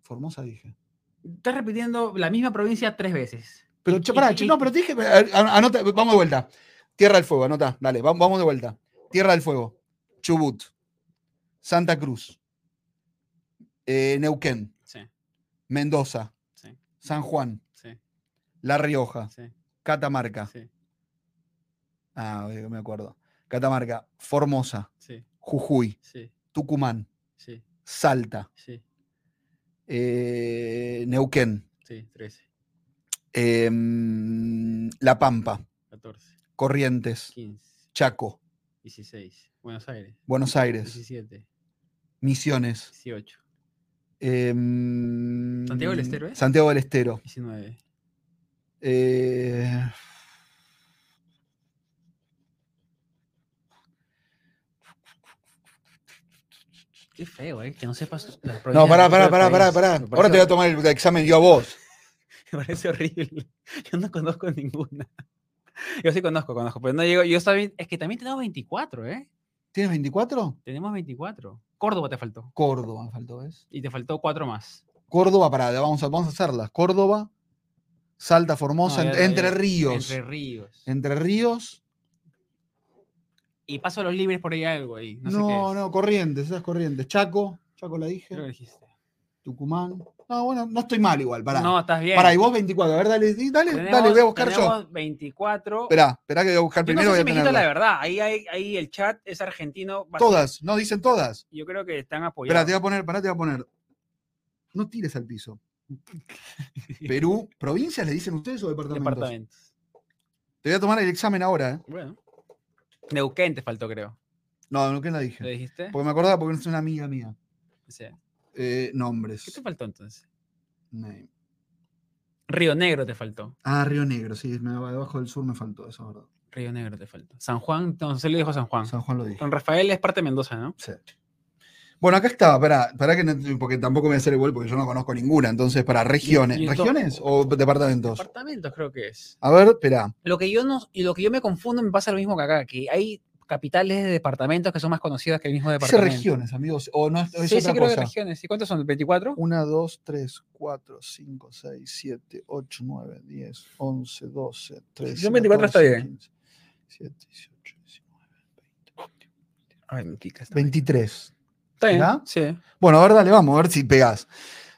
S1: Formosa dije.
S2: Estás repitiendo la misma provincia tres veces.
S1: Pero, che, pará,
S2: y-
S1: che, no, pero te dije. eh, an- Anota, vamos de vuelta. Tierra del Fuego, anota. Dale, va- vamos de vuelta. Tierra del Fuego, Chubut, Santa Cruz, eh, Neuquén.
S2: Sí,
S1: Mendoza,
S2: Sí.
S1: San Juan,
S2: sí,
S1: La Rioja,
S2: sí.
S1: Catamarca.
S2: Sí,
S1: Ah, eh, me acuerdo. Catamarca, Formosa,
S2: sí,
S1: Jujuy,
S2: sí,
S1: Tucumán,
S2: sí,
S1: Salta,
S2: sí,
S1: eh, Neuquén,
S2: sí. 13,
S1: em, La Pampa,
S2: 14,
S1: Corrientes,
S2: 15,
S1: Chaco,
S2: 16. Buenos Aires.
S1: Buenos Aires,
S2: 17,
S1: Misiones.
S2: 18,
S1: em,
S2: Santiago del Estero, ¿eh?
S1: Santiago del Estero.
S2: 19.
S1: Eh,
S2: Qué feo, ¿eh? Que no sepas las
S1: No,
S2: provincias
S1: pará,
S2: del resto
S1: pará,
S2: del
S1: pará, pará,
S2: país.
S1: pará.
S2: Me
S1: Ahora te voy a
S2: parece-
S1: tomar el examen yo a vos.
S2: Me parece horrible. Yo no conozco ninguna. Yo sí conozco, conozco, pero no llego. Yo sabía, es que también tenemos 24, ¿eh?
S1: ¿Tienes 24?
S2: Tenemos 24. Córdoba te faltó.
S1: Córdoba, me faltó, ¿ves?
S2: Y te faltó cuatro más.
S1: Córdoba, para, vamos a, vamos a hacerlas. Córdoba, Salta, Formosa,
S2: No,
S1: Ent-
S2: ya- ya-
S1: Entre Ríos.
S2: Entre
S1: Entre,
S2: Ríos.
S1: Ríos.
S2: Y paso a los libres por ahí algo ahí.
S1: No,
S2: No, sé qué
S1: no,
S2: es.
S1: Corrientes, esas Corrientes. Chaco, Chaco la dije.
S2: Creo que dijiste.
S1: Tucumán. No, bueno, no estoy mal igual, pará.
S2: No, estás bien.
S1: pará, y vos 24. A ver, dale, di- dale,
S2: Tenemos-
S1: dale, voy a buscar yo.
S2: tenemos 24.
S1: Esperá, esperá que voy a buscar
S2: yo no
S1: primero.
S2: sé si
S1: voy
S2: me
S1: a
S2: dijiste la
S1: tenerla.
S2: verdad. Ahí, hay- ahí el chat es argentino. bastante-
S1: Todas, no, dicen todas.
S2: Yo creo que están
S1: Esperá,
S2: apoyados.
S1: te voy a poner, pará, te voy a poner. No tires al piso. Perú, provincias le dicen ustedes o departamentos.
S2: Departamentos.
S1: Te voy a tomar el examen ahora, ¿eh?
S2: Bueno. Neuquén te faltó, creo.
S1: No, no, ¿qué la
S2: ¿Lo
S1: dije?
S2: dijiste?
S1: Porque me acordaba porque es una amiga mía.
S2: O sea,
S1: Eh, nombres.
S2: ¿Qué te faltó entonces?
S1: Name.
S2: Río Negro te faltó.
S1: Ah, Río Negro, sí, me, debajo del sur me faltó eso, es ¿verdad?
S2: Río Negro te faltó. San Juan, no, se lo dijo San Juan.
S1: San Juan lo dije.
S2: San Rafael es parte de Mendoza, ¿no?
S1: Sí. Bueno, acá estaba, para, para que no- porque tampoco me voy a hacer el vuelo porque yo no conozco ninguna. Entonces, para regiones.
S2: y esto-
S1: ¿Regiones o departamentos?
S2: Departamentos creo que es.
S1: A ver, espera.
S2: Lo que yo no, y lo que yo me confundo me pasa lo mismo que acá, que hay capitales de departamentos que son más conocidas que el mismo
S1: Dice
S2: departamento.
S1: regiones, amigos. O no, es, es
S2: Sí, sí,
S1: otra
S2: creo que
S1: cosa.
S2: regiones. ¿Y cuántos son? ¿24?
S1: 1, 2, 3, 4, 5, 6, 7, 8, 9, 10, 11, 12, 13.
S2: Pues Yo 24 está bien.
S1: 7, 18, 19, 20.
S2: Ay, mi tica, está bien.
S1: 23.
S2: Está bien,
S1: ¿Ya?
S2: sí.
S1: Bueno, a ver, dale, vamos, a ver si pegás.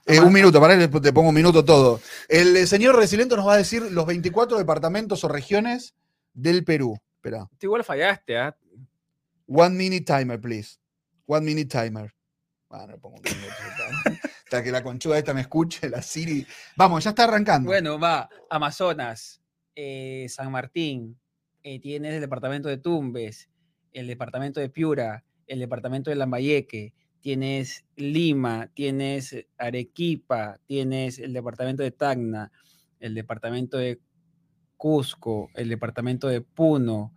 S1: Eh,
S2: Ajá.
S1: un minuto, para él te pongo un minuto todo. El eh, señor Resiliento nos va a decir los 24 departamentos o regiones del Perú. Espera.
S2: Tú igual fallaste, ¿ah?
S1: One minute timer, please. One minute timer. Ah, no le pongo un minuto, ya está. Hasta que la conchuda esta me escuche, la Siri. Vamos, ya está arrancando.
S2: Bueno, va, Amazonas, eh, San Martín, eh, tienes el departamento de Tumbes, el departamento de Piura, el departamento de Lambayeque, tienes Lima, tienes Arequipa, tienes el departamento de Tacna, el departamento de Cusco, el departamento de Puno,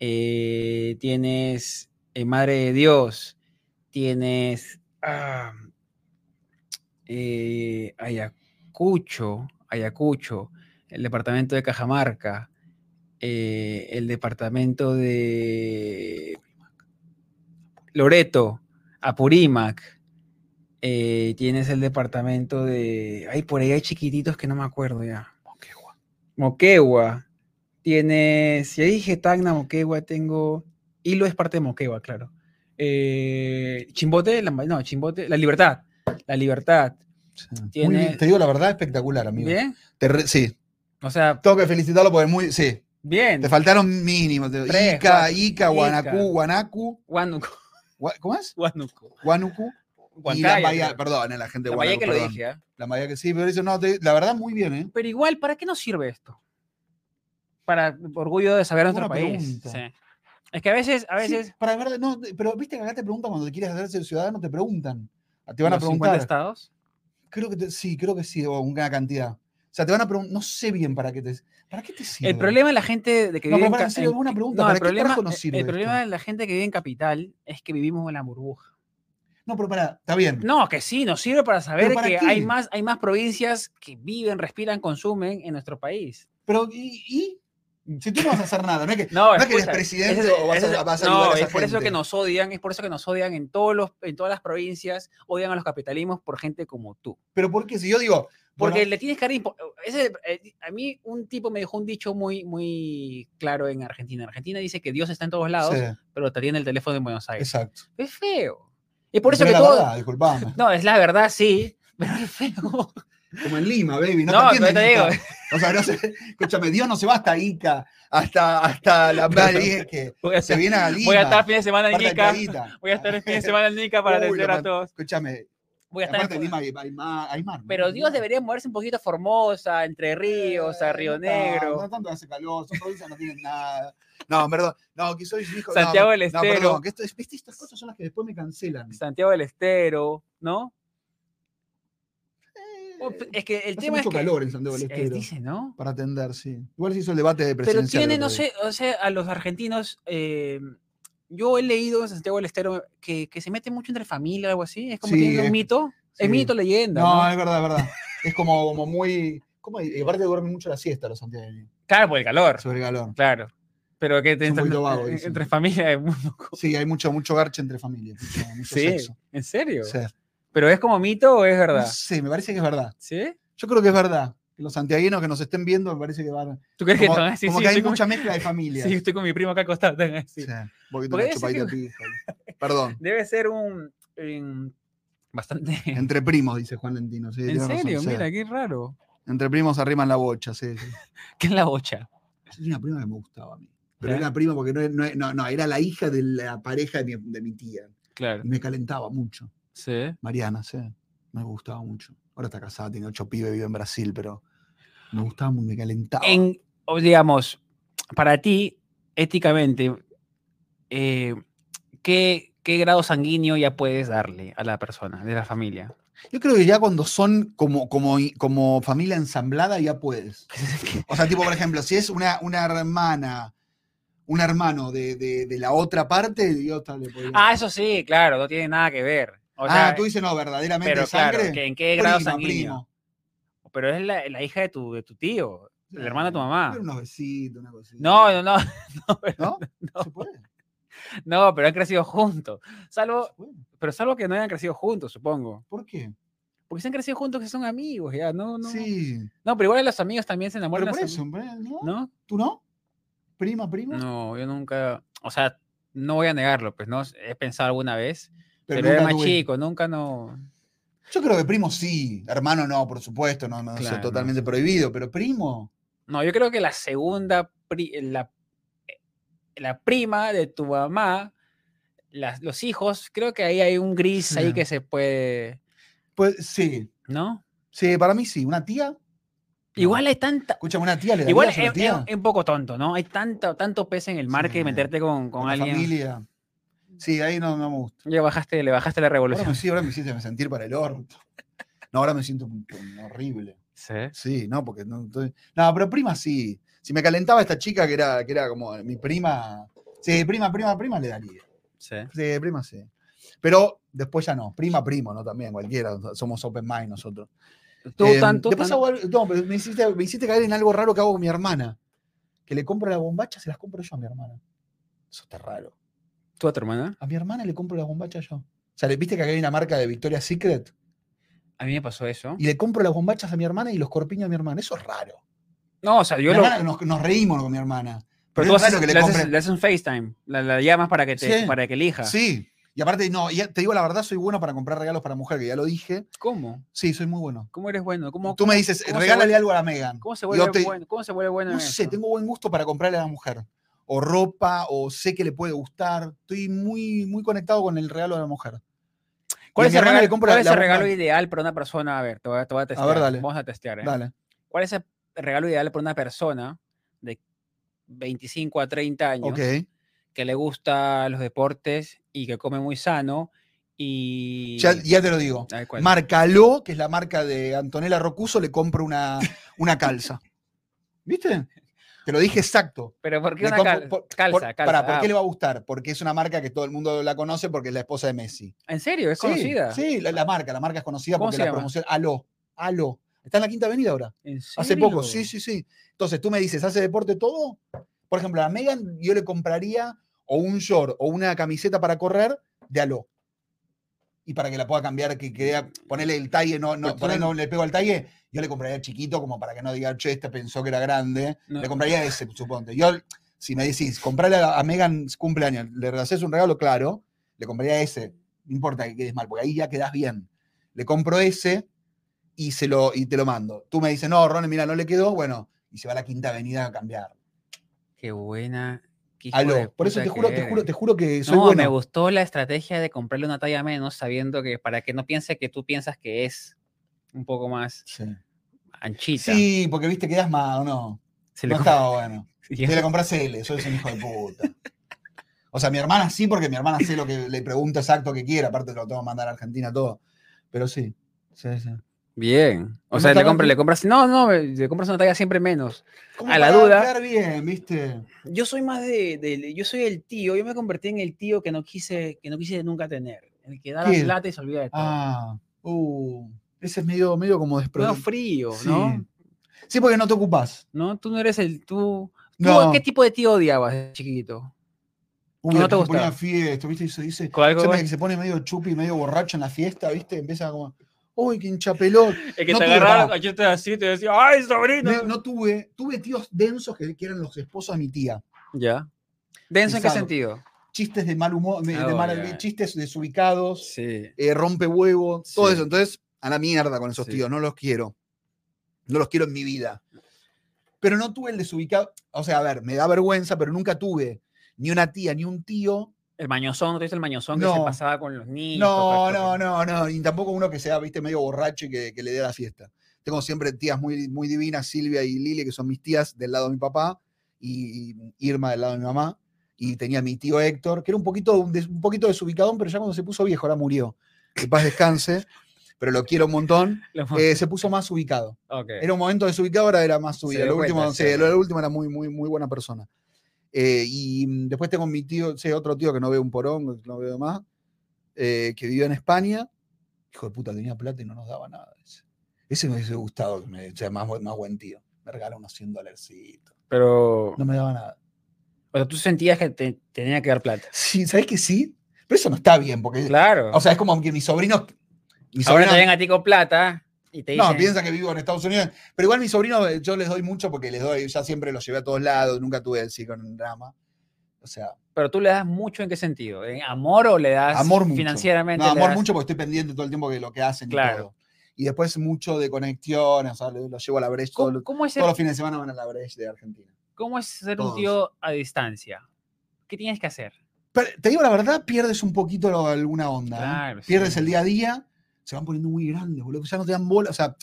S2: eh, tienes eh, Madre de Dios, tienes ah, eh, Ayacucho, Ayacucho, el departamento de Cajamarca, eh, el departamento de Loreto, Apurímac. eh, tienes el departamento de. Ay, por ahí hay chiquititos que no me acuerdo ya. Moquegua. Moquegua. Tienes. Ya dije Tacna, Moquegua, tengo. Hilo es parte de Moquegua, claro. Eh, Chimbote, la, no, Chimbote, La Libertad. La Libertad.
S1: Muy
S2: tiene-
S1: bien, Te digo la verdad, espectacular, amigo.
S2: ¿Bien?
S1: Te re- sí,
S2: O sea,
S1: tengo que felicitarlo porque es muy. Sí,
S2: bien.
S1: te faltaron mínimos. te-
S2: Tres,
S1: Ica,
S2: cuatro,
S1: Ica,
S2: Ica.
S1: Guanacú, Guanacu.
S2: Huánuco.
S1: Gua- ¿Cómo es?
S2: Huánuco.
S1: Guanucu. Y la
S2: Huancaya,
S1: Bahía,
S2: creo.
S1: perdón, eh, la gente de
S2: La Bahía
S1: Guanacu.
S2: que lo
S1: perdón.
S2: dije, ¿ah?
S1: La Bahía que sí, pero eso no, te- la verdad, muy bien, ¿eh?
S2: Pero igual, ¿para qué nos sirve esto? Para orgullo de saber a nuestro
S1: Buena
S2: país.
S1: pregunta.
S2: sí. Es que a veces, a
S1: Sí,
S2: veces.
S1: para ver, no, pero viste que acá te preguntan cuando te quieres hacer ciudadano, te preguntan. Te van a
S2: los 50
S1: preguntar.
S2: estados.
S1: Creo que te- sí, creo que sí, o una cantidad. O sea, te van a preguntar, no sé bien para qué te, ¿para qué te sirve.
S2: El problema de la gente de que
S1: No, pero
S2: vive en
S1: para,
S2: ca-
S1: en serio,
S2: en-
S1: alguna pregunta,
S2: no,
S1: ¿para
S2: el
S1: qué
S2: problema,
S1: carajo nos
S2: eh,
S1: sirve
S2: el problema
S1: esto?
S2: de la gente que vive en capital es que vivimos en la burbuja.
S1: No, pero pará, está bien.
S2: No, que sí, nos sirve para saber
S1: Mm. para
S2: que hay
S1: qué?
S2: más, hay más provincias que viven, respiran, consumen en nuestro país.
S1: Pero, ¿y, y? Si tú no vas a hacer nada, no es que.
S2: No,
S1: No es que eres
S2: escucha,
S1: presidente
S2: ese es-
S1: o vas a-
S2: ese es-
S1: vas a
S2: no,
S1: ayudar a
S2: es
S1: esa
S2: por eso que
S1: gente.
S2: nos odian, es por eso que nos odian en todos los, en todas las provincias, odian a los capitalismos por gente como tú.
S1: Pero, ¿por qué? Si yo digo.
S2: Porque
S1: bueno,
S2: le tienes que dar impo- ese- eh, a mí un tipo me dejó un dicho muy, muy claro en Argentina. Argentina dice que Dios está en todos lados,
S1: sí,
S2: pero te tiene el teléfono en Buenos Aires.
S1: exacto.
S2: Es feo. Y por eso
S1: Pero
S2: que
S1: la
S2: todo.
S1: verdad, disculpame.
S2: No, es la verdad, sí, pero es feo.
S1: Como en Lima, baby. No,
S2: No,
S1: te, entienden,
S2: pero te
S1: Ica.
S2: digo.
S1: O sea, no sé. Escúchame, Dios no se va hasta Ica, hasta, hasta la Bali, es que
S2: Voy a,
S1: se
S2: estar-
S1: viene a Lima.
S2: voy a estar fin de semana en
S1: aparte de
S2: Nica.
S1: Ica.
S2: Voy a estar el fin de semana en Nica para
S1: Uy, la
S2: atender a
S1: man-
S2: todos.
S1: Escúchame,
S2: Voy a estar
S1: aparte de
S2: en-
S1: Lima hay, hay mar, hay mar, ¿no?
S2: Pero
S1: Hay
S2: Dios
S1: mar.
S2: debería moverse un poquito a Formosa, Entre Ríos, a
S1: Eh,
S2: Río
S1: no tanto,
S2: Negro.
S1: No tanto hace calor, son provincias no tienen nada. No, perdón. No, que soy hijo. no,
S2: Santiago del
S1: No,
S2: Estero.
S1: perdón, que esto, viste, estas cosas son las que después me cancelan.
S2: Santiago del Estero, ¿no? O-
S1: Eh,
S2: Es que el
S1: hace
S2: tema es
S1: mucho
S2: que
S1: calor en Santiago del
S2: Eh,
S1: Estero.
S2: dice, ¿no?
S1: Para atender, sí. Igual se hizo el debate de
S2: Pero
S1: presidencial.
S2: tiene,
S1: el
S2: no
S1: otro día.
S2: sé, o sea, a los argentinos, eh, yo he leído en Santiago del Estero que, que se mete mucho entre familia o algo así, es como
S1: Sí,
S2: tiene
S1: es-
S2: un mito,
S1: sí.
S2: es mito, leyenda.
S1: No,
S2: ¿no?
S1: es verdad, es verdad. Es como, como muy. ¿cómo? Y aparte duermen mucho la siesta los santiagueños.
S2: Claro, por el calor,
S1: Sobre el calor.
S2: claro. Pero que te-
S1: Son
S2: entre,
S1: muy vagos,
S2: en-
S1: dicen.
S2: entre familia es muy poco.
S1: Sí, hay mucho, mucho garche entre familias. mucho- Mucho
S2: Sí,
S1: sexo.
S2: en serio.
S1: Sí.
S2: Pero es como mito o es
S1: No
S2: verdad.
S1: sé, me parece que es verdad.
S2: ¿Sí?
S1: Yo creo que es verdad. Que los santiaguinos que nos estén viendo, me parece que van.
S2: ¿Tú crees
S1: Como,
S2: que están así?
S1: como
S2: sí,
S1: que hay
S2: estoy con mi-
S1: mucha mezcla de familias.
S2: sí, estoy con mi primo acá acostado. están así.
S1: Sí, Un poquito
S2: Porque
S1: una
S2: debe ser
S1: chupadita de pija. Perdón.
S2: Debe ser un, em, bastante.
S1: Entre primos, dice Juan Lentino. Sí,
S2: En
S1: tiene razón,
S2: serio,
S1: sí.
S2: mira, qué raro.
S1: Entre primos arriman la bocha, sí. sí.
S2: ¿Qué es la bocha?
S1: Yo tenía una prima que me gustaba a mí. Pero
S2: ¿Ya?
S1: era prima porque no, no- no, no, era la hija de la pareja de mi, de mi tía.
S2: Claro.
S1: Me calentaba mucho.
S2: Sí.
S1: Mariana, sí. Me gustaba mucho. Ahora está casada, tiene ocho pibes, vive en Brasil, pero me gustaba muy, me calentaba.
S2: En, o digamos, para ti, éticamente, eh, ¿qué, qué grado sanguíneo ya puedes darle a la persona, de la familia?
S1: Yo creo que ya cuando son como, como, como familia ensamblada ya puedes. O sea, tipo, por ejemplo, si es una, una hermana, un hermano de, de- de la otra parte, yo tal le podría-
S2: ah, eso sí, claro, no tiene nada que ver.
S1: O sea, ah, tú dices no, verdaderamente
S2: pero
S1: sangre.
S2: Claro, que en qué grado primo, sanguíneo. Primo. Pero es la, la, hija de tu, de tu tío, la hermana de tu mamá.
S1: Pero unos besitos, una cosita.
S2: Ah. No, no, no. ¿No? Pero,
S1: ¿No? no. ¿Se puede?
S2: No, pero han crecido juntos. Salvo, pero salvo que no hayan crecido juntos, supongo.
S1: ¿Por qué?
S2: Porque se han crecido juntos que son amigos, ya, no, no.
S1: Sí.
S2: No, pero igual los amigos también se enamoran.
S1: Pero por eso, ¿no? ¿no? ¿Tú no? ¿Prima, prima?
S2: No, yo nunca, o sea, no voy a negarlo, pues no, he pensado alguna vez, pero, pero era más tuve. chico, nunca no.
S1: Yo creo que primo sí, hermano no, por supuesto, no, no, claro, eso totalmente no. prohibido, pero primo.
S2: No, yo creo que la segunda, pri, la la prima de tu mamá, las, los hijos, creo que ahí hay un gris sí. ahí que se puede.
S1: Pues sí.
S2: ¿No?
S1: Sí, para mí sí. ¿Una tía?
S2: Igual hay tanta.
S1: Escúchame, una tía le
S2: Igual
S1: a su
S2: es,
S1: tía?
S2: es, un poco tonto, ¿no? Hay tanto, tanto pez en el mar sí. que meterte con, con, con alguien.
S1: familia. Sí, ahí no, no me gusta.
S2: Le bajaste, le bajaste la revolución.
S1: Ahora me, sí, ahora me hiciste sentir para el orto. No, ahora me siento horrible.
S2: Sí.
S1: Sí, no, porque no. Entonces... No, pero prima sí si me calentaba esta chica que era, que era como mi prima, sí, prima, prima, prima le daría.
S2: Sí.
S1: sí prima, sí. Pero después ya no, prima, primo, ¿no? También, cualquiera, somos open mind nosotros. Em,
S2: Tú eh, tanto.
S1: Después tan... hago, no, me hiciste, me hiciste caer en algo raro que hago con mi hermana. Que le compro la bombacha, se las compro yo a mi hermana. Eso está raro.
S2: ¿Tú a tu hermana?
S1: A mi hermana le compro la bombacha yo. O sea, ¿viste que acá hay una marca de Victoria's Secret?
S2: A mí me pasó eso.
S1: Y le compro las bombachas a mi hermana y los corpiños a mi hermana. Eso es raro.
S2: No, o sea, yo lo...
S1: nos, nos, reímos con mi hermana.
S2: Pero, pero tú haces, que le, le, haces, le, haces, un FaceTime, la, la llamas para que, te, sí. para que elija.
S1: Sí. Y aparte, no, ya te digo la verdad, soy bueno para comprar regalos para mujer, que ya lo dije.
S2: ¿Cómo?
S1: Sí, soy muy bueno.
S2: ¿Cómo eres bueno? ¿Cómo,
S1: Tú me dices, regálale algo a la Megan.
S2: ¿Cómo se vuelve, te, bueno, ¿cómo se vuelve bueno?
S1: No
S2: en
S1: sé,
S2: eso?
S1: tengo buen gusto para comprarle a la mujer. O ropa, o sé que le puede gustar. Estoy muy, muy conectado con el regalo de la mujer.
S2: ¿Cuál y es el regalo, le compro ¿cuál la, es el regalo ideal para una persona? A ver, te voy, te voy a testear.
S1: A ver, dale.
S2: Vamos a testear. ¿eh?
S1: Dale.
S2: ¿Cuál es el regalo ideal para una persona de 25 a 30 años
S1: okay.
S2: que le gusta los deportes y que come muy sano. Y...
S1: Ya, ya te lo digo. Marcaló, que es la marca de Antonella Rocuso, le compro una, una calza. ¿Viste? Te lo dije exacto.
S2: Pero ¿por qué le una cal por, calza?
S1: Por,
S2: calza
S1: para, ¿Por ah. qué le va a gustar? Porque es una marca que todo el mundo la conoce porque es la esposa de Messi.
S2: Ah, ¿En serio? ¿Es
S1: sí,
S2: conocida?
S1: Sí, la, la, marca, la marca es conocida porque la llama? promoción. Aló, aló. Está en la Quinta Avenida ahora.
S2: ¿En serio?
S1: Hace poco, sí, sí, sí. Entonces tú me dices, ¿hace deporte todo? Por ejemplo, a Megan yo le compraría o un short o una camiseta para correr de Aló. Y para que la pueda cambiar, que quede, ponerle el talle, no, no, ponerle, no le pego al talle, yo le compraría chiquito como para que no diga, che, este pensó que era grande. No. Le compraría ese, suponte. Yo, si me decís, comprarle a, a Megan cumpleaños, le haces un regalo, claro, le compraría ese. No importa que quedes mal, porque ahí ya quedas bien. Le compro ese, y, se lo, y te lo mando. Tú me dices, no, Ron, mira, no le quedó, bueno, y se va a la quinta avenida a cambiar.
S2: Qué buena. Qué
S1: Aló, por eso te juro, te juro, te juro que soy no, bueno.
S2: me gustó la estrategia de comprarle una talla menos, sabiendo que para que no piense que tú piensas que es un poco más
S1: sí.
S2: anchita.
S1: Sí, porque viste, quedas más o no. Se no le estaba bueno. Si sí, le compras L, soy un hijo de puta. O sea, mi hermana sí, porque mi hermana sé lo que le pregunta exacto que quiera, aparte lo tengo que mandar a Argentina todo. Pero sí, sí, sí.
S2: Bien. O sea, le, compras, le compras. No, no, le compras una talla siempre menos. a la duda.
S1: bien, ¿viste?
S2: Yo soy más de, de, Yo soy el tío. Yo me convertí en el tío que no quise, que no quise nunca tener. El que da la plata y se olvida de todo.
S1: Ah, uh, Ese es medio, medio como desprolido.
S2: No, frío, sí. ¿no?
S1: Sí, porque no te ocupás.
S2: No, tú no eres el. Tú. No. ¿Tú ¿Qué tipo de tío odiabas de chiquito?
S1: Uy, no te gusta. Se pone a fiesta, ¿viste? Y se dice. Se, se pone medio chupi, medio borracho en la fiesta, ¿viste? Empieza como uy, qué hinchapelón.
S2: Es que no te agarraron cachetes así, te decía, ay, sobrino.
S1: No, no, tuve, tuve tíos densos que, eran los esposos de mi tía.
S2: Ya. ¿Denso en qué sentido?
S1: Chistes de mal humor, de, oh, de mal, yeah. chistes desubicados,
S2: sí.
S1: eh, rompe huevo, sí. todo eso. Entonces, a la mierda con esos sí. tíos, no los quiero. No los quiero en mi vida. Pero no tuve el desubicado, o sea, a ver, me da vergüenza, pero nunca tuve ni una tía ni un tío
S2: el mañosón, ¿tú dices el mañosón no. que se pasaba con los niños?
S1: No, no, no, no, y tampoco uno que sea, viste, medio borracho y que, que le dé la fiesta. Tengo siempre tías muy, muy divinas, Silvia y Lili, que son mis tías del lado de mi papá, y Irma del lado de mi mamá, y tenía a mi tío Héctor, que era un poquito, un, des, un poquito desubicadón, pero ya cuando se puso viejo, ahora murió. Que paz descanse, pero lo quiero un montón. Eh, se puso más ubicado.
S2: Okay.
S1: Era un momento desubicado, ahora era más subido. Lo, cuenta, último, sí, sí. lo, lo último era muy, muy, muy buena persona. mm, Eh, y después tengo mi tío, sé, otro tío que no veo un porón, no veo más. eh, que vivía en España. Hijo de puta, tenía plata y no nos daba nada. Ese, ese me hubiese gustado, que me, o sea, más, más buen tío. Me regala unos 100 dolarcitos.
S2: Pero.
S1: No me daba nada.
S2: O sea, tú sentías que te, tenía que dar plata.
S1: Sí, ¿sabes que sí? Pero eso no está bien, porque.
S2: Claro.
S1: O sea, es como que mis sobrinos. Mis
S2: Ahora
S1: sobrinos,
S2: te ven a ti con plata. Y te dicen...
S1: No, piensa que vivo en Estados Unidos. Pero igual mis sobrinos, yo les doy mucho porque les doy, ya siempre los llevé a todos lados, nunca tuve así con un drama. O sea.
S2: Pero tú le das mucho en qué sentido? ¿En amor o le das
S1: amor mucho.
S2: financieramente?
S1: No,
S2: le
S1: amor
S2: das-
S1: mucho porque estoy pendiente todo el tiempo de lo que hacen y
S2: Claro.
S1: todo. Y después mucho de conexión, o sea, lo lo llevo a la brecha.
S2: ¿Cómo,
S1: todo-
S2: cómo es ser,
S1: todos los fines de semana van a la brecha de Argentina.
S2: cómo es ser
S1: todos.
S2: un tío a distancia? ¿Qué tienes que hacer?
S1: Pero te digo la verdad, pierdes un poquito lo- alguna onda. ¿eh?
S2: Claro,
S1: Pierdes
S2: sí.
S1: el día a día, se van poniendo muy grandes, boludo. Ya no te dan bola. O sea,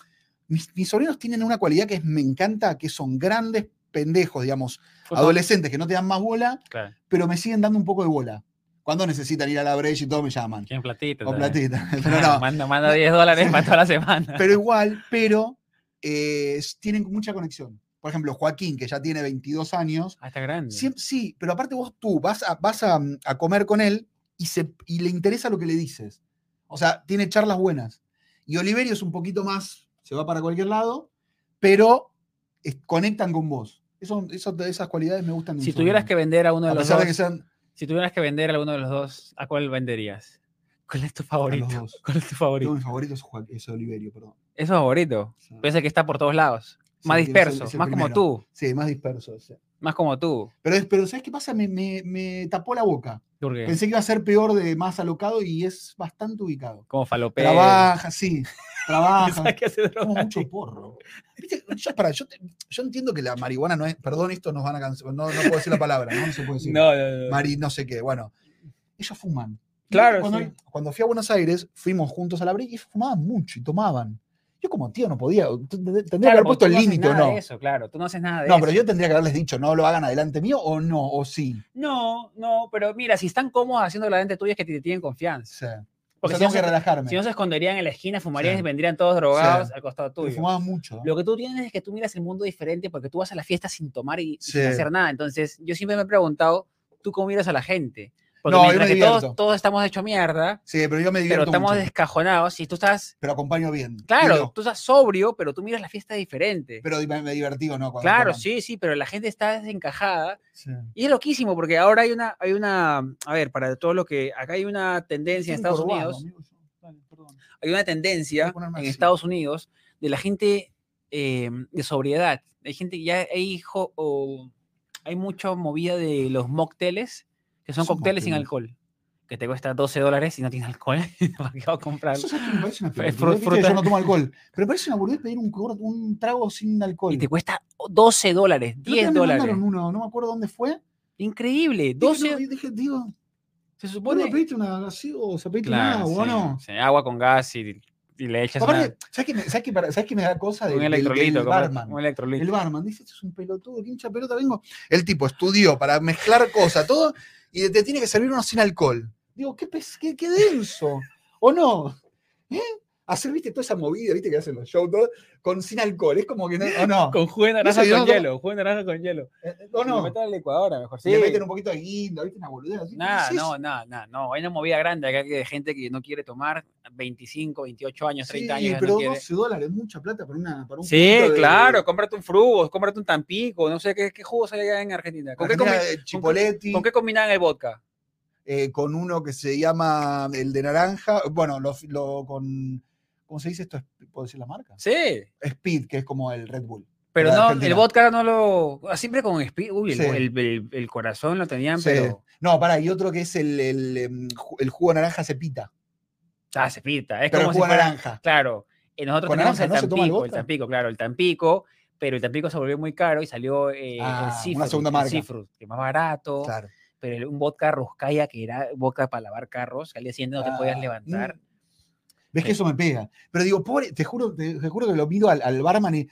S1: mis, mis sobrinos tienen una cualidad que es- me encanta, que son grandes pendejos, digamos,
S2: Fútbol.
S1: adolescentes que no te dan más bola,
S2: Claro.
S1: pero me siguen dando un poco de bola. Cuando necesitan ir a la brecha y todo, me llaman.
S2: Quieren platita.
S1: O
S2: también.
S1: platita. Pero
S2: Claro,
S1: no,
S2: Manda, manda 10 dólares para toda la semana.
S1: pero igual, pero eh, tienen mucha conexión. Por ejemplo, Joaquín, que ya tiene 22 años,
S2: Ah, está grande.
S1: siem- sí, pero aparte vos tú vas a, vas a, mm, a comer con él y, se, y le interesa lo que le dices. O sea, tiene charlas buenas. Y Oliverio es un poquito más, se va para cualquier lado, pero es- conectan con vos. Eso, eso, de esas cualidades me gustan. de un
S2: Si tuvieras que
S1: sobrino.
S2: vender a uno de
S1: A
S2: los
S1: pesar
S2: dos,
S1: de que sean
S2: si tuvieras que vender a uno de los dos, ¿a cuál venderías? ¿Cuál es tu favorito?
S1: dos.
S2: ¿Cuál es
S1: uno
S2: tu
S1: de
S2: favorito?
S1: mis favoritos, es Joa- es Oliverio, perdón.
S2: Es tu favorito.
S1: O sea,
S2: Piensa que está por todos lados.
S1: sí,
S2: Más
S1: es el-
S2: disperso,
S1: es el
S2: más como
S1: primero.
S2: tú,
S1: Sí, más disperso. o sea.
S2: más como tú.
S1: Pero, es- pero ¿sabes qué pasa? Me, me- me tapó la boca.
S2: ¿Por qué?
S1: Pensé que iba a ser peor de más alocado y es bastante ubicado.
S2: Como falopero.
S1: Trabaja, sí. Trabaja.
S2: Pensá que hace
S1: Como
S2: droga.
S1: mucho porro. Viste, Yo, pará, yo, te- yo entiendo que la marihuana no es. Perdón, esto nos van a cancelar. No, no puedo decir la palabra, no, No se puede decir.
S2: No, no, no.
S1: Mari, no sé qué. Bueno, ellos fuman. Y
S2: Claro,
S1: Cuando,
S2: sí.
S1: cuando fui a Buenos Aires, fuimos juntos a la brecha y ellos fumaban mucho y tomaban. Yo, como tío, no podía. Tendría que haber
S2: porque
S1: puesto
S2: tú
S1: el
S2: no haces
S1: límite o
S2: nada de
S1: no.
S2: Eso, claro, tú no haces nada de
S1: No,
S2: eso.
S1: pero yo tendría que haberles dicho, no lo hagan adelante mío o no, o sí.
S2: No, no, pero mira, si están cómodos haciendo la gente tuya es que te tienen
S1: O
S2: confianza.
S1: sea, o sea,
S2: Porque si, no
S1: tengo
S2: se,
S1: que relajarme.
S2: si no se esconderían en la esquina, fumarían
S1: Sí.
S2: y vendrían todos drogados
S1: Sí.
S2: al costado
S1: Pero
S2: tuyo.
S1: Fumaba mucho.
S2: Lo que tú tienes es que tú miras el mundo diferente porque tú vas a la fiesta sin tomar y, y
S1: Sí.
S2: sin hacer nada. Entonces, yo siempre me he preguntado, ¿tú cómo miras a la gente? Porque
S1: No, yo
S2: mientras
S1: me
S2: que todos,
S1: divierto.
S2: todos estamos hechos mierda,
S1: Sí, pero yo me
S2: pero
S1: divierto
S2: estamos
S1: mucho.
S2: descajonados y tú estás,
S1: Pero acompaño bien.
S2: claro,
S1: Tiro,
S2: tú estás sobrio, pero tú miras la fiesta diferente.
S1: Pero, di- me, me divertí o no. Cuando
S2: claro,
S1: toman.
S2: sí, sí, pero la gente está desencajada
S1: Sí.
S2: y es loquísimo porque ahora hay una, hay una, a ver, para todo lo que, acá hay una tendencia en
S1: Estoy
S2: Estados
S1: encorvado,
S2: Unidos,
S1: amigo, yo. Dale, perdón.
S2: hay una tendencia
S1: ponerme
S2: en
S1: así.
S2: Estados Unidos de la gente eh, de sobriedad. Hay gente que ya hay hijo o hay mucha movida de los mocktails, que son
S1: Son
S2: cócteles sin
S1: mocktails.
S2: alcohol, que te cuesta 12 dólares y no tiene alcohol. ¿Para qué vas a comprar?
S1: Eso es que me parece una
S2: Fru-
S1: pelotudez,
S2: fru-
S1: viste,
S2: fruta.
S1: Yo no tomo alcohol. Pero me parece una boludez pedir un, cor- un trago sin alcohol.
S2: Y te cuesta 12 dólares,
S1: El otro día
S2: 10
S1: me
S2: dólares.
S1: mandaron uno, no me acuerdo dónde fue.
S2: Increíble,
S1: Dije,
S2: 12.
S1: no, dije, digo,
S2: Se
S1: ¿vos no
S2: supone.
S1: pediste una gaseosa? ¿Pediste
S2: Claro,
S1: una agua o
S2: sí,
S1: no?
S2: sí, agua con gas y, y le echas una-
S1: Aparte, ¿sabes qué me- sabes qué para- sabes qué me da cosa? del-
S2: un
S1: del-
S2: electrolito.
S1: del
S2: compra-
S1: barman.
S2: Un electrolito.
S1: El barman dice, esto es un pelotudo, qué hincha pelota vengo. El tipo estudió para mezclar cosas, todo, y te tiene que servir uno sin alcohol. Digo, qué, pes- qué, qué denso. ¿O no? ¿Eh? Hacer, viste, toda esa movida, viste, que hacen los shows, todo, con sin alcohol. Es como que no, ¿o no?
S2: Con jugo de naranja
S1: sé, yo
S2: con
S1: no tomo-
S2: hielo, jugo de naranja con hielo.
S1: Eh, ¿O
S2: Lo
S1: no?
S2: meto en la licuadora, mejor.
S1: Y Le
S2: sí.
S1: meten un poquito de guinda, viste, una boludez. así, ¿qué
S2: Nada,
S1: haces?
S2: no, nada, nada, no. Hay una movida grande acá que de gente que no quiere tomar 25, 28 años, 30
S1: Sí,
S2: años.
S1: pero
S2: no quiere.
S1: 12 dólares, mucha plata para, una, para un
S2: Sí,
S1: poquito de-
S2: claro, cómprate un frugo, cómprate un tampico, no sé qué, qué jugos hay allá en Argentina. ¿Con, qué,
S1: Argentina,
S2: combi-
S1: eh, Chipoletti,
S2: con qué combinaban el vodka?
S1: eh, con uno que se llama el de naranja, bueno, lo, lo- con, ¿cómo se dice esto? ¿Puedo decir la marca?
S2: Sí,
S1: Speed, que es como el Red Bull.
S2: pero
S1: Para
S2: no, el
S1: Argentina.
S2: vodka no lo. ah, Siempre con espi- Uy, el,
S1: Sí.
S2: el- el- el corazón lo tenían,
S1: Sí.
S2: pero.
S1: No, pará, y otro que es el, el, em, ju- el jugo de naranja cepita,
S2: Ah, se pita. Es
S1: pero el
S2: como si
S1: jugo de
S2: fuera.
S1: naranja.
S2: Claro. Y nosotros
S1: Con
S2: tenemos
S1: naranja,
S2: el
S1: ¿no se toma el
S2: Tampico, el,
S1: vodka?
S2: Tampico, claro, el Tampico, pero el Tampico se volvió muy caro y salió eh,
S1: Ah,
S2: el
S1: una
S2: Seafruit,
S1: segunda
S2: el
S1: marca.
S2: Seafruit, que es más barato,
S1: Claro.
S2: pero el- un vodka Ruscaya, que era vodka para lavar carros, que al día siguiente no te
S1: Ah,
S2: podías levantar.
S1: mm. ¿Ves que
S2: Sí.
S1: eso me pega? Pero digo, pobre, te juro, te, te juro que lo miro al, al barman y.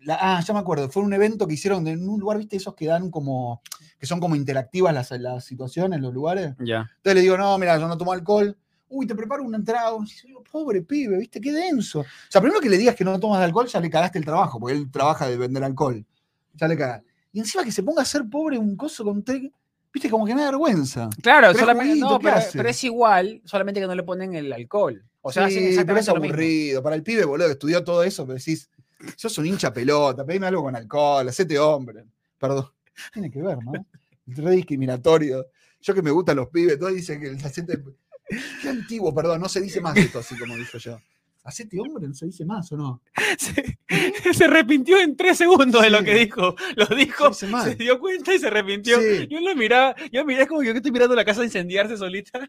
S1: la- ah, ya me acuerdo, fue un evento que hicieron en un lugar, ¿viste? Esos que dan como. que son como interactivas las, las situaciones, los lugares.
S2: Ya.
S1: Entonces le digo, no, mira, yo no tomo alcohol. Uy, te preparo un trago. Y digo, pobre pibe, ¿viste? Qué denso. O sea, primero que le digas que no tomas alcohol, ya le cagaste el trabajo, porque él trabaja de vender alcohol. Ya le cagaste. Y encima que se ponga a ser pobre un coso con tres. Viste, como que me da vergüenza.
S2: Claro, pero solamente, juguito, no, pero, pero, es igual, solamente que no le ponen el alcohol. O sea,
S1: sí, pero es aburrido. Para el pibe, boludo, que estudió todo eso, pero decís, sos un hincha pelota, pedime algo con alcohol, hacete hombre. Perdón. Tiene que ver, ¿no? Re discriminatorio. Yo que me gustan los pibes, todos dicen que el hacete. Qué antiguo, perdón, no se dice más esto así como dijo yo. Hacete hombre, no se dice más, ¿o no?
S2: Se, se arrepintió en tres segundos sí. de lo que dijo. Lo dijo, se, se dio cuenta y se arrepintió. Sí. Yo lo miraba, yo miré como que yo estoy mirando la casa incendiarse solita.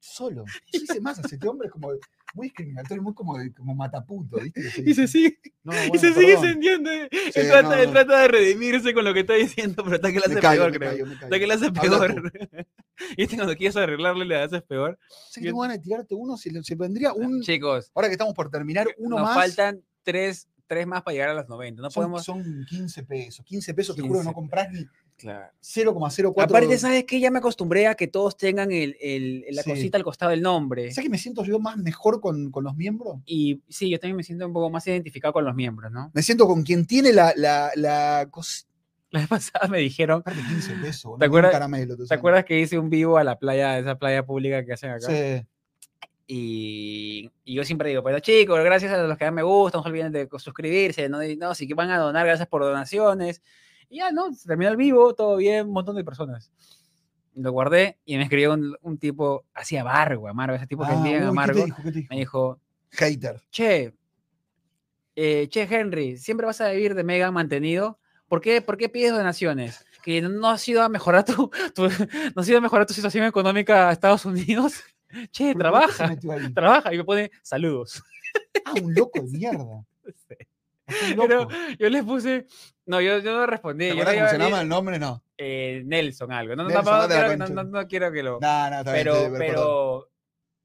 S1: Solo. Se dice más, hacete hombre es como muy discriminatorio, muy como, como mataputo, ¿viste?
S2: Se y se sigue, no, bueno, y se sigue incendiando. Sí, él, trata, no, él no. trata, de redimirse con lo que está diciendo, pero está que le hace callo, peor, creo. Callo, está que le hace peor. Y este cuando quieres arreglarle le haces peor.
S1: Sé que te van a tirarte uno, se, se vendría un...
S2: Chicos.
S1: Ahora que estamos por terminar, uno
S2: Ah, nos
S1: más.
S2: Nos faltan tres, tres, más para llegar a las 90. No
S1: son,
S2: podemos...
S1: son 15 pesos. 15 pesos 15. te juro que no compras ni... Claro. 0,04.
S2: Aparte, ¿sabes qué? Ya me acostumbré a que todos tengan el, el, la sí. cosita al costado del nombre.
S1: ¿Sabes que me siento yo más mejor con, con, los miembros?
S2: Y sí, yo también me siento un poco más identificado con los miembros, ¿no?
S1: Me siento con quien tiene la, la, la cosita
S2: la vez pasada me dijeron.
S1: 15 pesos,
S2: ¿Te acuerdas, caramelo, ¿te, ¿te acuerdas que hice un vivo a la playa, esa playa pública que hacen acá?
S1: Sí.
S2: Y, y, yo siempre digo, pero chicos, gracias a los que dan me gusta, no se olviden de suscribirse, no, no si que van a donar, gracias por donaciones. Y ya, ¿no? Se terminó el vivo, todo bien, un montón de personas. Lo guardé y me escribió un, un tipo, así amargo, amargo, ese tipo ah, que envían
S1: ¿qué te
S2: amargo.
S1: dijo, qué te dijo?
S2: Me dijo,
S1: hater.
S2: Che, eh, che Henry, ¿siempre vas a vivir de mega mantenido? ¿Por qué, ¿Por qué, pides donaciones? ¿Que no has ido a mejorar tu, tu no has ido a mejorar tu situación económica a Estados Unidos? Che, trabaja. Trabaja y me pone saludos.
S1: Ah, un loco de mierda. Sí.
S2: Loco. Pero yo les puse. No, yo, yo no respondí.
S1: ¿Te
S2: yo
S1: cómo se llama el nombre? No.
S2: Eh, Nelson, algo. No, Nelson, no, quiero, no, no, quiero que lo.
S1: No, no, está
S2: pero,
S1: bien,
S2: pero,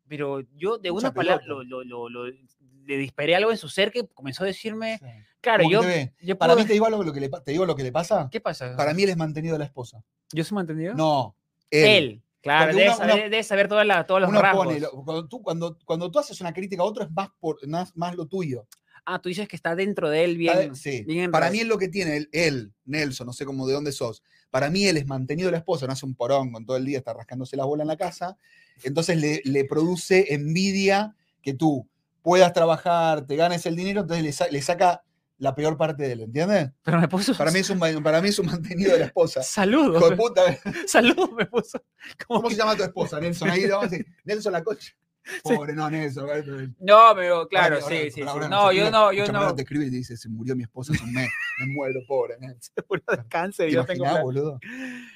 S2: pero yo de Mucha una palabra lo, lo, lo, lo, le disparé algo en su ser que comenzó a decirme. Sí. Claro, yo, yo,
S1: Para puedo... mí te digo, lo que le, te digo lo que le pasa.
S2: ¿Qué pasa?
S1: Para mí él es mantenido de la esposa.
S2: ¿Yo soy mantenido?
S1: No.
S2: Él. él claro, debe, una, saber, una, debe, saber, todas las, todos los uno rasgos. Pone,
S1: cuando, tú, cuando, cuando, tú haces una crítica a otro es más, por, más, más lo tuyo.
S2: Ah, tú dices que está dentro de él bien.
S1: De, sí. bien Para mí es lo que tiene él, él, Nelson, no sé cómo de dónde sos. Para mí él es mantenido de la esposa, no hace un porón con todo el día, está rascándose la bola en la casa. Entonces le, le produce envidia que tú puedas trabajar, te ganes el dinero, entonces le, sa le saca la peor parte de él, ¿entiendes?
S2: Pero me puso.
S1: Para mí es un, para mí es un mantenido de la esposa.
S2: Saludos.
S1: Hijo de puta.
S2: Saludos me puso.
S1: ¿Cómo, ¿Cómo que... se llama tu esposa, Nelson? Ahí vamos a decir, Nelson la coche. Pobre, sí. no, Nelson. eh,
S2: No, pero claro, ahora, sí, ahora, sí, ahora, sí. No, yo no, yo no.
S1: te escribe y te dice, se murió mi esposa hace un mes. Me muero, pobre. Nelson.
S2: Se murió de cáncer. Yo
S1: imaginás, tengo boludo?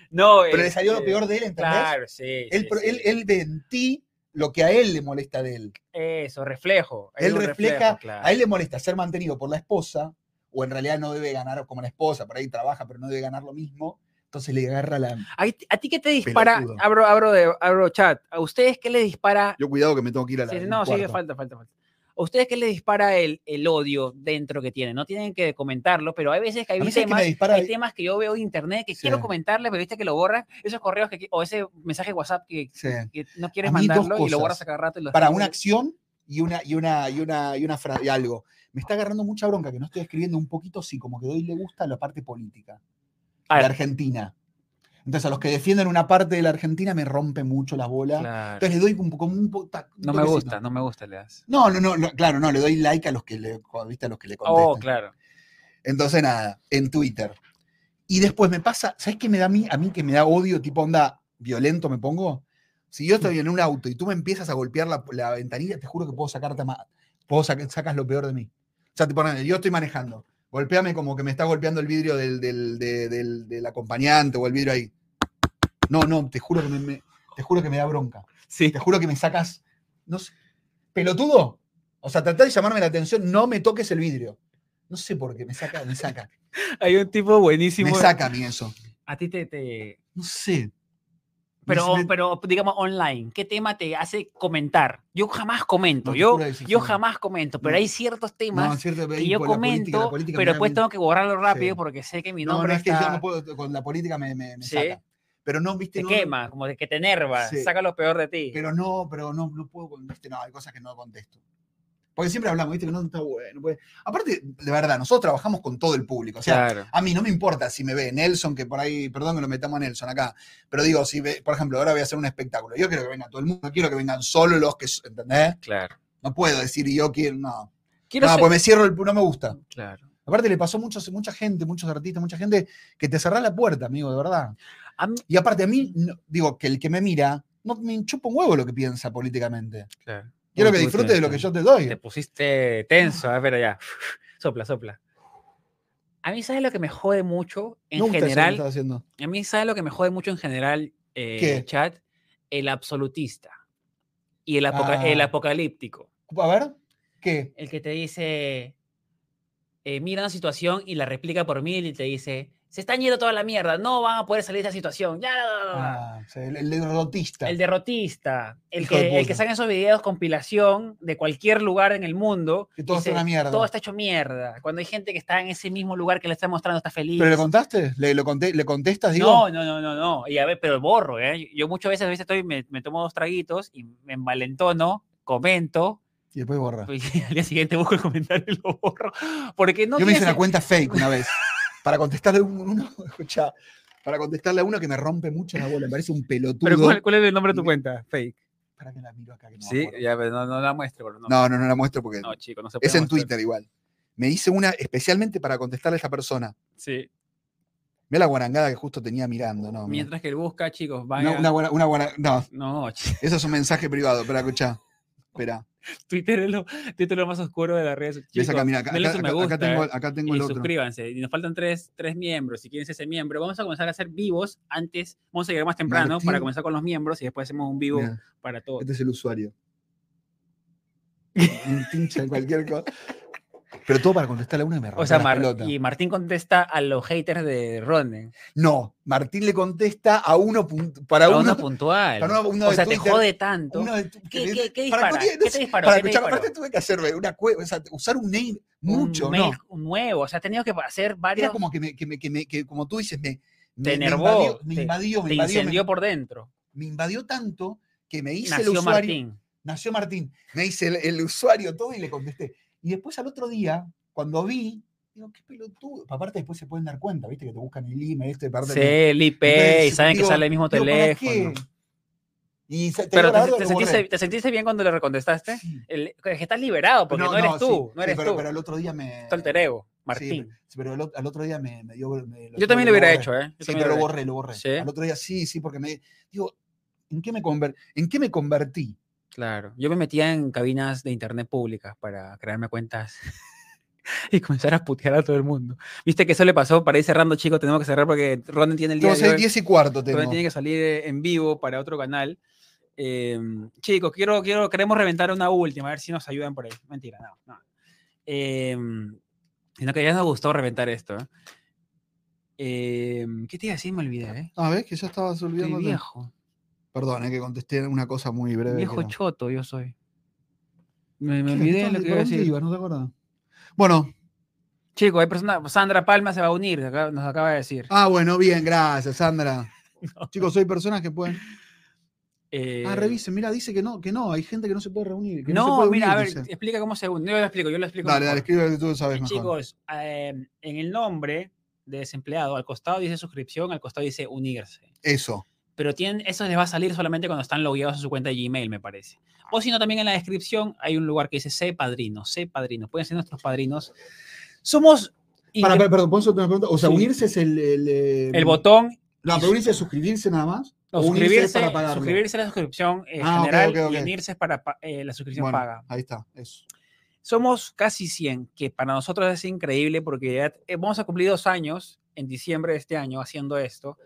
S2: No,
S1: Pero eh, le salió lo peor de él, ¿entendés?
S2: Claro, sí.
S1: Él,
S2: sí,
S1: él, él ve en ti lo que a él le molesta de él.
S2: Eso, reflejo.
S1: Él refleja, reflejo, claro. a él le molesta ser mantenido por la esposa, o en realidad no debe ganar como la esposa, por ahí trabaja, pero no debe ganar lo mismo. Entonces le agarra la.
S2: ¿A, a ti qué te dispara? Pelotudo. Abro, abro, de, abro chat. ¿A ustedes qué le dispara?
S1: Yo cuidado que me tengo que ir a la.
S2: Ah. Sí, no, sí, falta, falta, falta. ¿A ustedes qué les dispara el, el odio dentro que tienen? No tienen que comentarlo, pero hay veces que hay, temas,
S1: que dispara...
S2: hay temas que yo veo en internet que sí. quiero comentarle, pero viste que lo borran, esos correos que, o ese mensaje WhatsApp que, sí. que no quieres mandarlo y lo borras a cada rato. Y lo
S1: Para
S2: tienes...
S1: una acción y una, y una, y una, y una frase, algo. Me está agarrando mucha bronca que no estoy escribiendo un poquito, sí, como que doy le gusta a la parte política a de Argentina. Entonces, a los que defienden una parte de la Argentina me rompe mucho la bola.
S2: Claro.
S1: Entonces, le doy como, como un, un,
S2: No me gusta, no me gusta, le das.
S1: No, no, no, no, claro, no, le doy like a los que le, ¿viste? A los que le contestan.
S2: Oh, claro.
S1: Entonces, nada, en Twitter. Y después me pasa, ¿sabes qué me da a mí? A mí que me da odio, tipo onda violento me pongo. Si yo estoy en un auto y tú me empiezas a golpear la, la ventanilla, te juro que puedo sacarte más. Puedo sacar, sacas lo peor de mí. O sea, te ponen, yo estoy manejando golpeame como que me está golpeando el vidrio del, del, del, del, acompañante o el vidrio ahí. No, no, te juro que me, me te juro que me da bronca.
S2: Sí.
S1: Te juro que me sacas. No sé, pelotudo. O sea, tratar de llamarme la atención, no me toques el vidrio. No sé por qué, me saca, me saca.
S2: Hay un tipo buenísimo.
S1: Me saca a mí eso.
S2: A ti te. te...
S1: No sé.
S2: Pero, pero digamos online, ¿qué tema te hace comentar? Yo jamás comento, no, yo, yo jamás comento, pero hay ciertos temas no, cierto, que yo comento, política, política pero después tengo que borrarlo rápido sí. porque sé que mi nombre
S1: no, no
S2: está...
S1: es que yo no puedo, con la política me, me, me sí. saca. Pero no, viste,
S2: te quema, como que te enerva, sí. saca lo peor de ti.
S1: Pero no, pero no, no puedo, viste, no, hay cosas que no contesto. Porque siempre hablamos, viste, que no está bueno. Pues. Aparte, de verdad, nosotros trabajamos con todo el público. O sea, claro. a mí no me importa si me ve Nelson, que por ahí, perdón que lo metamos a Nelson acá, pero digo, si ve, por ejemplo, ahora voy a hacer un espectáculo. Yo quiero que venga todo el mundo, no quiero que vengan solo los que. ¿Entendés?
S2: Claro.
S1: No puedo decir yo quiero. No. Quiero no, ser... pues me cierro el. No me gusta.
S2: Claro.
S1: Aparte, le pasó muchos, mucha gente, muchos artistas, mucha gente que te cerrá la puerta, amigo, de verdad. Mí... Y aparte, a mí, no, digo, que el que me mira, no me chupa un huevo lo que piensa políticamente. Claro. Quiero Muy que disfrutes de lo que yo te doy.
S2: Te pusiste tenso, a ver, ya. Sopla, sopla. A mí, ¿sabes lo que me jode mucho en Nunca general? Eso haciendo. A mí, ¿sabes lo que me jode mucho en general, eh, ¿Qué? chat? El absolutista y el, apoca ah. el, apocalíptico.
S1: A ver, ¿qué?
S2: El que te dice, eh, mira una situación y la replica por mil y te dice, se están yendo toda la mierda, no van a poder salir de esta situación. Ya,
S1: ah, el, el, derrotista.
S2: El derrotista. El Hijo que, de el que saca esos videos compilación de cualquier lugar en el mundo.
S1: Que todo está una mierda.
S2: Todo está hecho mierda. Cuando hay gente que está en ese mismo lugar que le está mostrando, está feliz.
S1: ¿Pero le contaste? ¿Le, lo conté, ¿le contestas? Digo?
S2: No, no, no, no, no. Y a ver, pero borro, ¿eh? Yo muchas veces, a veces estoy, me, me tomo dos traguitos y me envalentono, comento, pues,
S1: y después borra.
S2: Y al día siguiente busco el comentario y lo borro. Porque no
S1: Yo me hice una cuenta fake una vez. Para contestarle a uno, escucha, para contestarle a uno que me rompe mucho la bola, me parece un pelotudo.
S2: ¿Pero cuál, cuál es el nombre de tu cuenta? Fake.
S1: Para que la miro acá. Que no
S2: sí, ya, pero no, no, la muestro.
S1: No, no, no, no, la muestro porque.
S2: No, chico, no se
S1: puede Es en mostrar. Twitter igual. Me hice una especialmente para contestarle a esa persona.
S2: Sí.
S1: Mira la guarangada que justo tenía mirando, ¿no?
S2: Mientras
S1: mira.
S2: que él busca, chicos, vaya.
S1: No, una, una, una No.
S2: No,
S1: Eso es un mensaje privado, pero escucha. Espera.
S2: Twitter es, lo, Twitter es lo, más oscuro de las redes
S1: Chicos, acá, mira, acá, acá, me gusta, acá, tengo, acá tengo
S2: eh. y
S1: el otro.
S2: suscríbanse. Y nos faltan tres, tres miembros. Si quieren ser miembro, vamos a comenzar a hacer vivos antes. Vamos a llegar más temprano Martín. para comenzar con los miembros y después hacemos un vivo mira, para todos.
S1: Este es el usuario. un pincha en cualquier cosa. Pero todo para contestarle a una que me
S2: O sea, Mar y Martín contesta a los haters de Ronen.
S1: No, Martín le contesta a uno para,
S2: uno,
S1: uno,
S2: puntual. Para uno, uno o sea, Twitter, te jode tanto.
S1: De, ¿Qué,
S2: qué, qué, qué dispara? ¿Qué te disparó?
S1: Para escuchar, aparte tuve que hacer una o sea, usar un name mucho,
S2: un
S1: ¿no?
S2: nuevo, o sea, he tenido que hacer varios...
S1: Era como que, me, que, me, que, me, que como tú dices, me...
S2: Te enervó,
S1: me invadió,
S2: te,
S1: me
S2: invadió, te incendió por dentro.
S1: Me invadió tanto que me hice Nació el usuario... Martín. Nació Martín. Me hice el, el usuario todo y le contesté. Y después al otro día, cuando vi, digo, qué pelotudo. Aparte, después se pueden dar cuenta, ¿viste? Que te buscan el IME, este parte.
S2: Sí, el IP, y saben digo, que sale el mismo digo, teléfono.
S1: Y
S2: te Pero te, te, sentiste, te, sentiste, bien cuando le recontestaste. Sí. El, que estás liberado, porque no, no eres no, tú. Sí, no eres
S1: sí, pero,
S2: tú.
S1: pero el otro día me.
S2: Tu alter ego, Martín.
S1: pero, pero el, al otro día me, me dio. Me,
S2: Yo también lo, lo hubiera borré. hecho, ¿eh? Yo
S1: sí, pero lo borré, lo borré. Al otro día sí, sí, porque me. Digo, ¿en qué me, conver, en qué me convertí?
S2: Claro, yo me metía en cabinas de internet públicas para crearme cuentas y comenzar a putear a todo el mundo. Viste que eso le pasó para ir cerrando, chicos, tenemos que cerrar porque Ronen tiene el día.
S1: Entonces, 10 y cuarto tengo.
S2: Ronen tiene que salir eh, en vivo para otro canal. Eh, chicos, quiero, quiero, queremos reventar una última, a ver si nos ayudan por ahí. Mentira, no, no. Eh, sino que ya nos gustó reventar esto. Eh. ¿Qué te iba a decir? Me olvidé, ¿eh?
S1: A ver, Ah, que ya estabas olvidando.
S2: Estoy viejo.
S1: Perdón, eh, que contesté una cosa muy breve.
S2: Viejo choto yo soy. Me, me olvidé lo que iba a decir.
S1: Iba, no te acuerdas. Bueno.
S2: Chico, hay personas. Sandra Palma se va a unir, nos acaba de decir.
S1: Ah, bueno, bien, gracias, Sandra. no. Chicos, soy personas que pueden. Eh... Ah, revisen, mira, dice que no, que no, hay gente que no se puede reunir. Que no, no se puede
S2: mira,
S1: unir,
S2: a ver, eh, dice. explica cómo se une. Yo lo explico, yo lo explico.
S1: Dale, mejor. dale, escribe tú sabes eh, mejor.
S2: Chicos, eh, en el nombre de desempleado, al costado dice suscripción, al costado dice unirse.
S1: Eso
S2: pero tienen, eso les va a salir solamente cuando están logueados a su cuenta de Gmail, me parece. O si no, también en la descripción hay un lugar que dice sé padrino, sé padrino. Pueden ser nuestros padrinos. Somos...
S1: Para, para, perdón, ¿puedo hacer una pregunta? O sea, sí. unirse es el...
S2: El, el, el botón...
S1: No, pero unirse es suscribirse nada más.
S2: No, suscribirse, para pagarlo. suscribirse a la suscripción eh, ah, general okay, okay, okay. y unirse es para eh, la suscripción
S1: bueno,
S2: paga.
S1: Ahí está, eso.
S2: Somos casi 100, que para nosotros es increíble porque ya eh, vamos a cumplir dos años en diciembre de este año haciendo esto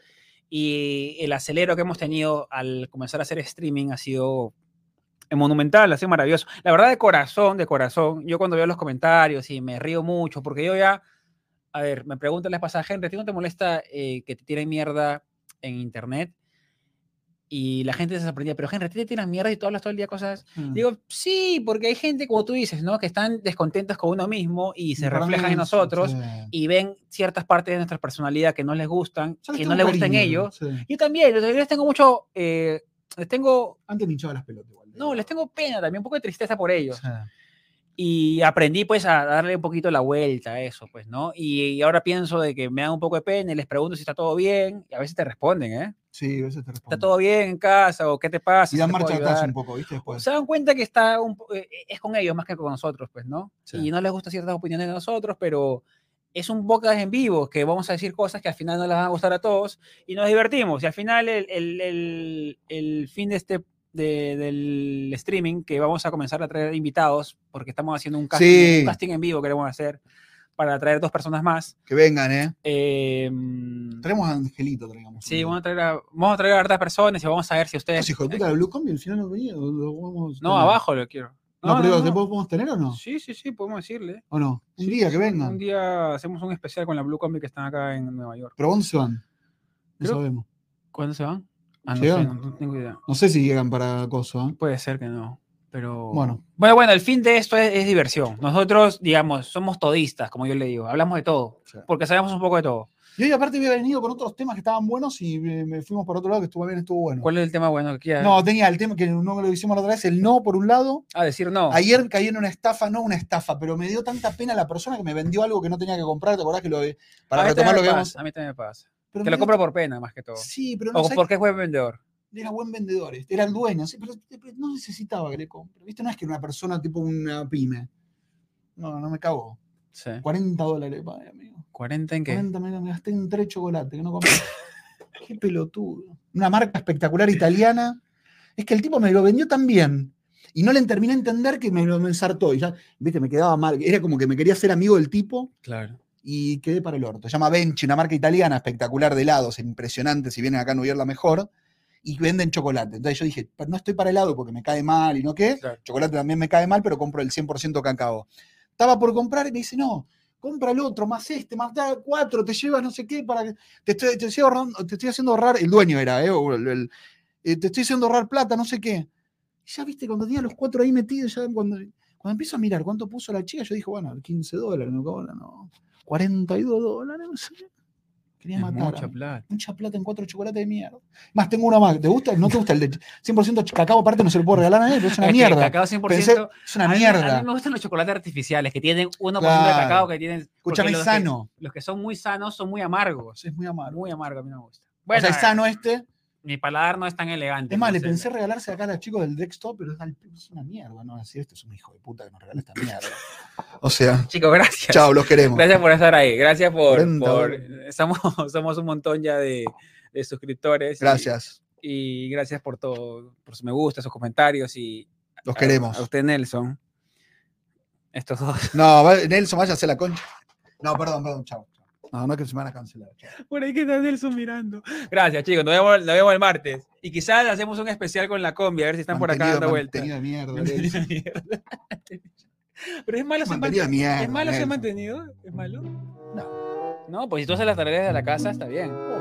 S2: y el acelero que hemos tenido al comenzar a hacer streaming ha sido monumental, ha sido maravilloso. La verdad, de corazón, de corazón, yo cuando veo los comentarios y me río mucho, porque yo ya, a ver, me preguntan las pasadas, gente, ¿no te molesta eh, que te tiren mierda en internet? Y la gente se sorprendía, pero Henry, ¿te tiran mierda y tú hablas todo el día cosas? Hmm.
S1: Ah.
S2: Digo, sí, porque hay gente, como tú dices, ¿no? Que están descontentos con uno mismo y se reflejan en nosotros sí. y ven ciertas partes de nuestra personalidad que no les gustan, que no les gustan ellos. Sí. Yo también, les tengo mucho... Eh, les tengo...
S1: Antes me hinchaba las pelotas igual.
S2: No, les tengo pena también, un poco de tristeza por ellos. Sí. Y aprendí pues a darle un poquito la vuelta a eso, pues, ¿no? Y, y ahora pienso de que me dan un poco de pena y les pregunto si está todo bien y a veces te responden, ¿eh?
S1: Sí, a veces te responden.
S2: ¿Está todo bien en casa? ¿O qué te pasa?
S1: Y dan marcha atrás un poco, ¿viste? Después.
S2: Se dan cuenta que está un, eh, es con ellos más que con nosotros, pues, ¿no? Sí. Y no les gustan ciertas opiniones de nosotros, pero es un podcast en vivo que vamos a decir cosas que al final no les van a gustar a todos y nos divertimos. Y al final el, el, el, el fin de este de, del streaming que vamos a comenzar a traer invitados porque estamos haciendo un casting,
S1: Sí.
S2: un casting en vivo queremos hacer para traer dos personas más.
S1: Que vengan, ¿eh?
S2: Eh,
S1: Traemos a Angelito, traigamos.
S2: sí, vamos a, traer a, vamos a traer a hartas personas y vamos a ver si ustedes...
S1: Estos hijos de puta, la Blue Combi al final no venía. ¿o lo vamos a
S2: no,
S1: tener?
S2: abajo lo quiero.
S1: No, pero digo,
S2: no,
S1: ¿te
S2: no.
S1: podemos tener o no?
S2: Sí, sí, sí, podemos decirle.
S1: ¿O no? Un
S2: Sí,
S1: día que vengan.
S2: Un día hacemos un especial con la Blue Combi que están acá en Nueva York.
S1: ¿Pero dónde se van? No
S2: Creo-
S1: sabemos.
S2: ¿Cuándo se van? Ah, no,
S1: Llegan.
S2: sé, no, no tengo idea.
S1: No sé si llegan para Coso, ¿eh?
S2: Puede ser que no. Pero
S1: Bueno.
S2: bueno, bueno, el fin de esto es, es diversión. Nosotros, digamos, somos todistas, como yo le digo, hablamos de todo,
S1: Sí.
S2: porque sabemos un poco de todo.
S1: Y hoy aparte había venido con otros temas que estaban buenos y eh, me fuimos para otro lado que estuvo bien, estuvo bueno.
S2: ¿Cuál es el tema bueno que quieras
S1: No, tenía el tema que no lo hicimos la otra vez, el no por un lado.
S2: a decir no?
S1: Ayer caí en una estafa, no una estafa, pero me dio tanta pena la persona que me vendió algo que no tenía que comprar, ¿te acordás que lo de- para
S2: a mí
S1: retomar
S2: también
S1: lo que
S2: me
S1: vemos?
S2: pasa, A mí también me pasa.
S1: Pero me
S2: Te lo
S1: dio-
S2: compro por pena, más que todo.
S1: Sí, pero no
S2: o
S1: sé,
S2: porque es buen vendedor.
S1: era buen vendedor, este, era el dueño, sí, pero este, pero no necesitaba que le compre. ¿Viste? No es que una persona tipo una pyme. No, no me cago.
S2: Sí.
S1: 40 dólares, padre, amigo.
S2: 40 en qué?
S1: 40 me me gasté en tres chocolates que no compré. Qué pelotudo. Una marca espectacular italiana. Es que el tipo me lo vendió tan bien. Y no le terminé de entender que me lo me ensartó. Y ya, viste, me quedaba mal. Era como que me quería ser amigo del tipo
S2: Claro.
S1: y quedé para el orto. Se llama Benchi, una marca italiana espectacular de helados, impresionante. Si vienen acá a New York, la mejor. Y venden chocolate. Entonces yo dije, "Pero no estoy para helado porque me cae mal y no qué.
S2: Claro.
S1: Chocolate también me cae mal, pero compro el 100% cacao. Estaba por comprar y me dice, no, compra el otro, más este, más tal, cuatro, te llevas no sé qué, para que te estoy, te estoy ahorrando- te estoy haciendo ahorrar, el dueño era, ¿eh? o el- el- eh, te estoy haciendo ahorrar plata, no sé qué. Ya viste, cuando tenía los cuatro ahí metidos, ya cuando, cuando empiezo a mirar cuánto puso la chica, yo dije, bueno, 15 dólares, no, cobra, no 42 dólares, no sé. Quería
S2: Es
S1: matar. a
S2: mucha
S1: mí.
S2: plata.
S1: Mucha plata en cuatro chocolates de mierda. Más, tengo uno más. ¿Te gusta? ¿No te gusta el de 100% cacao? Aparte, no se lo puedo regalar a nadie, pero es una
S2: Es que el
S1: mierda.
S2: cacao 100%.
S1: Pensé, es una
S2: a mí- A
S1: mierda.
S2: mí me gustan los chocolates artificiales que tienen 1% de
S1: Claro.
S2: cacao que tienen. porque
S1: Escúchame,
S2: los que-
S1: sano.
S2: los que son muy sanos son muy amargos.
S1: Es muy amargo.
S2: Muy amargo, a mí no me gusta.
S1: o sea,
S2: Bueno,
S1: es sano este.
S2: mi paladar no es tan elegante.
S1: Es más, le
S2: entonces-
S1: pensé regalarse acá a los chicos del desktop, pero es al- es una mierda. No, así este es un hijo de puta que nos regala esta mierda. O sea,
S2: Chicos, gracias.
S1: chao, los queremos.
S2: Gracias por estar ahí. Gracias por.
S1: 40
S2: por-
S1: dólares.
S2: estamos, somos un montón ya de, de suscriptores. y-
S1: Gracias,
S2: Y, gracias por todo, por sus me gusta, sus comentarios y.
S1: los
S2: a-
S1: queremos.
S2: A, usted, Nelson. Estos dos.
S1: No, va- Nelson, vaya a hacer la concha. No, perdón, perdón, chao. No, no es que se me van a cancelar.
S2: Por ahí que está Nelson mirando. Gracias, chicos. Nos vemos, nos vemos el martes. Y quizás hacemos un especial con la combi, a ver si están por acá
S1: Mantenido-
S2: dando vueltas.
S1: Mantenido de mierda. Nelson.
S2: Mantenido de mierda. Pero es malo ser
S1: Mantenido de mierda.
S2: ¿Es malo ser
S1: Nelson.
S2: mantenido? ¿Es malo? No. No, pues si tú haces las tareas de la casa, está bien.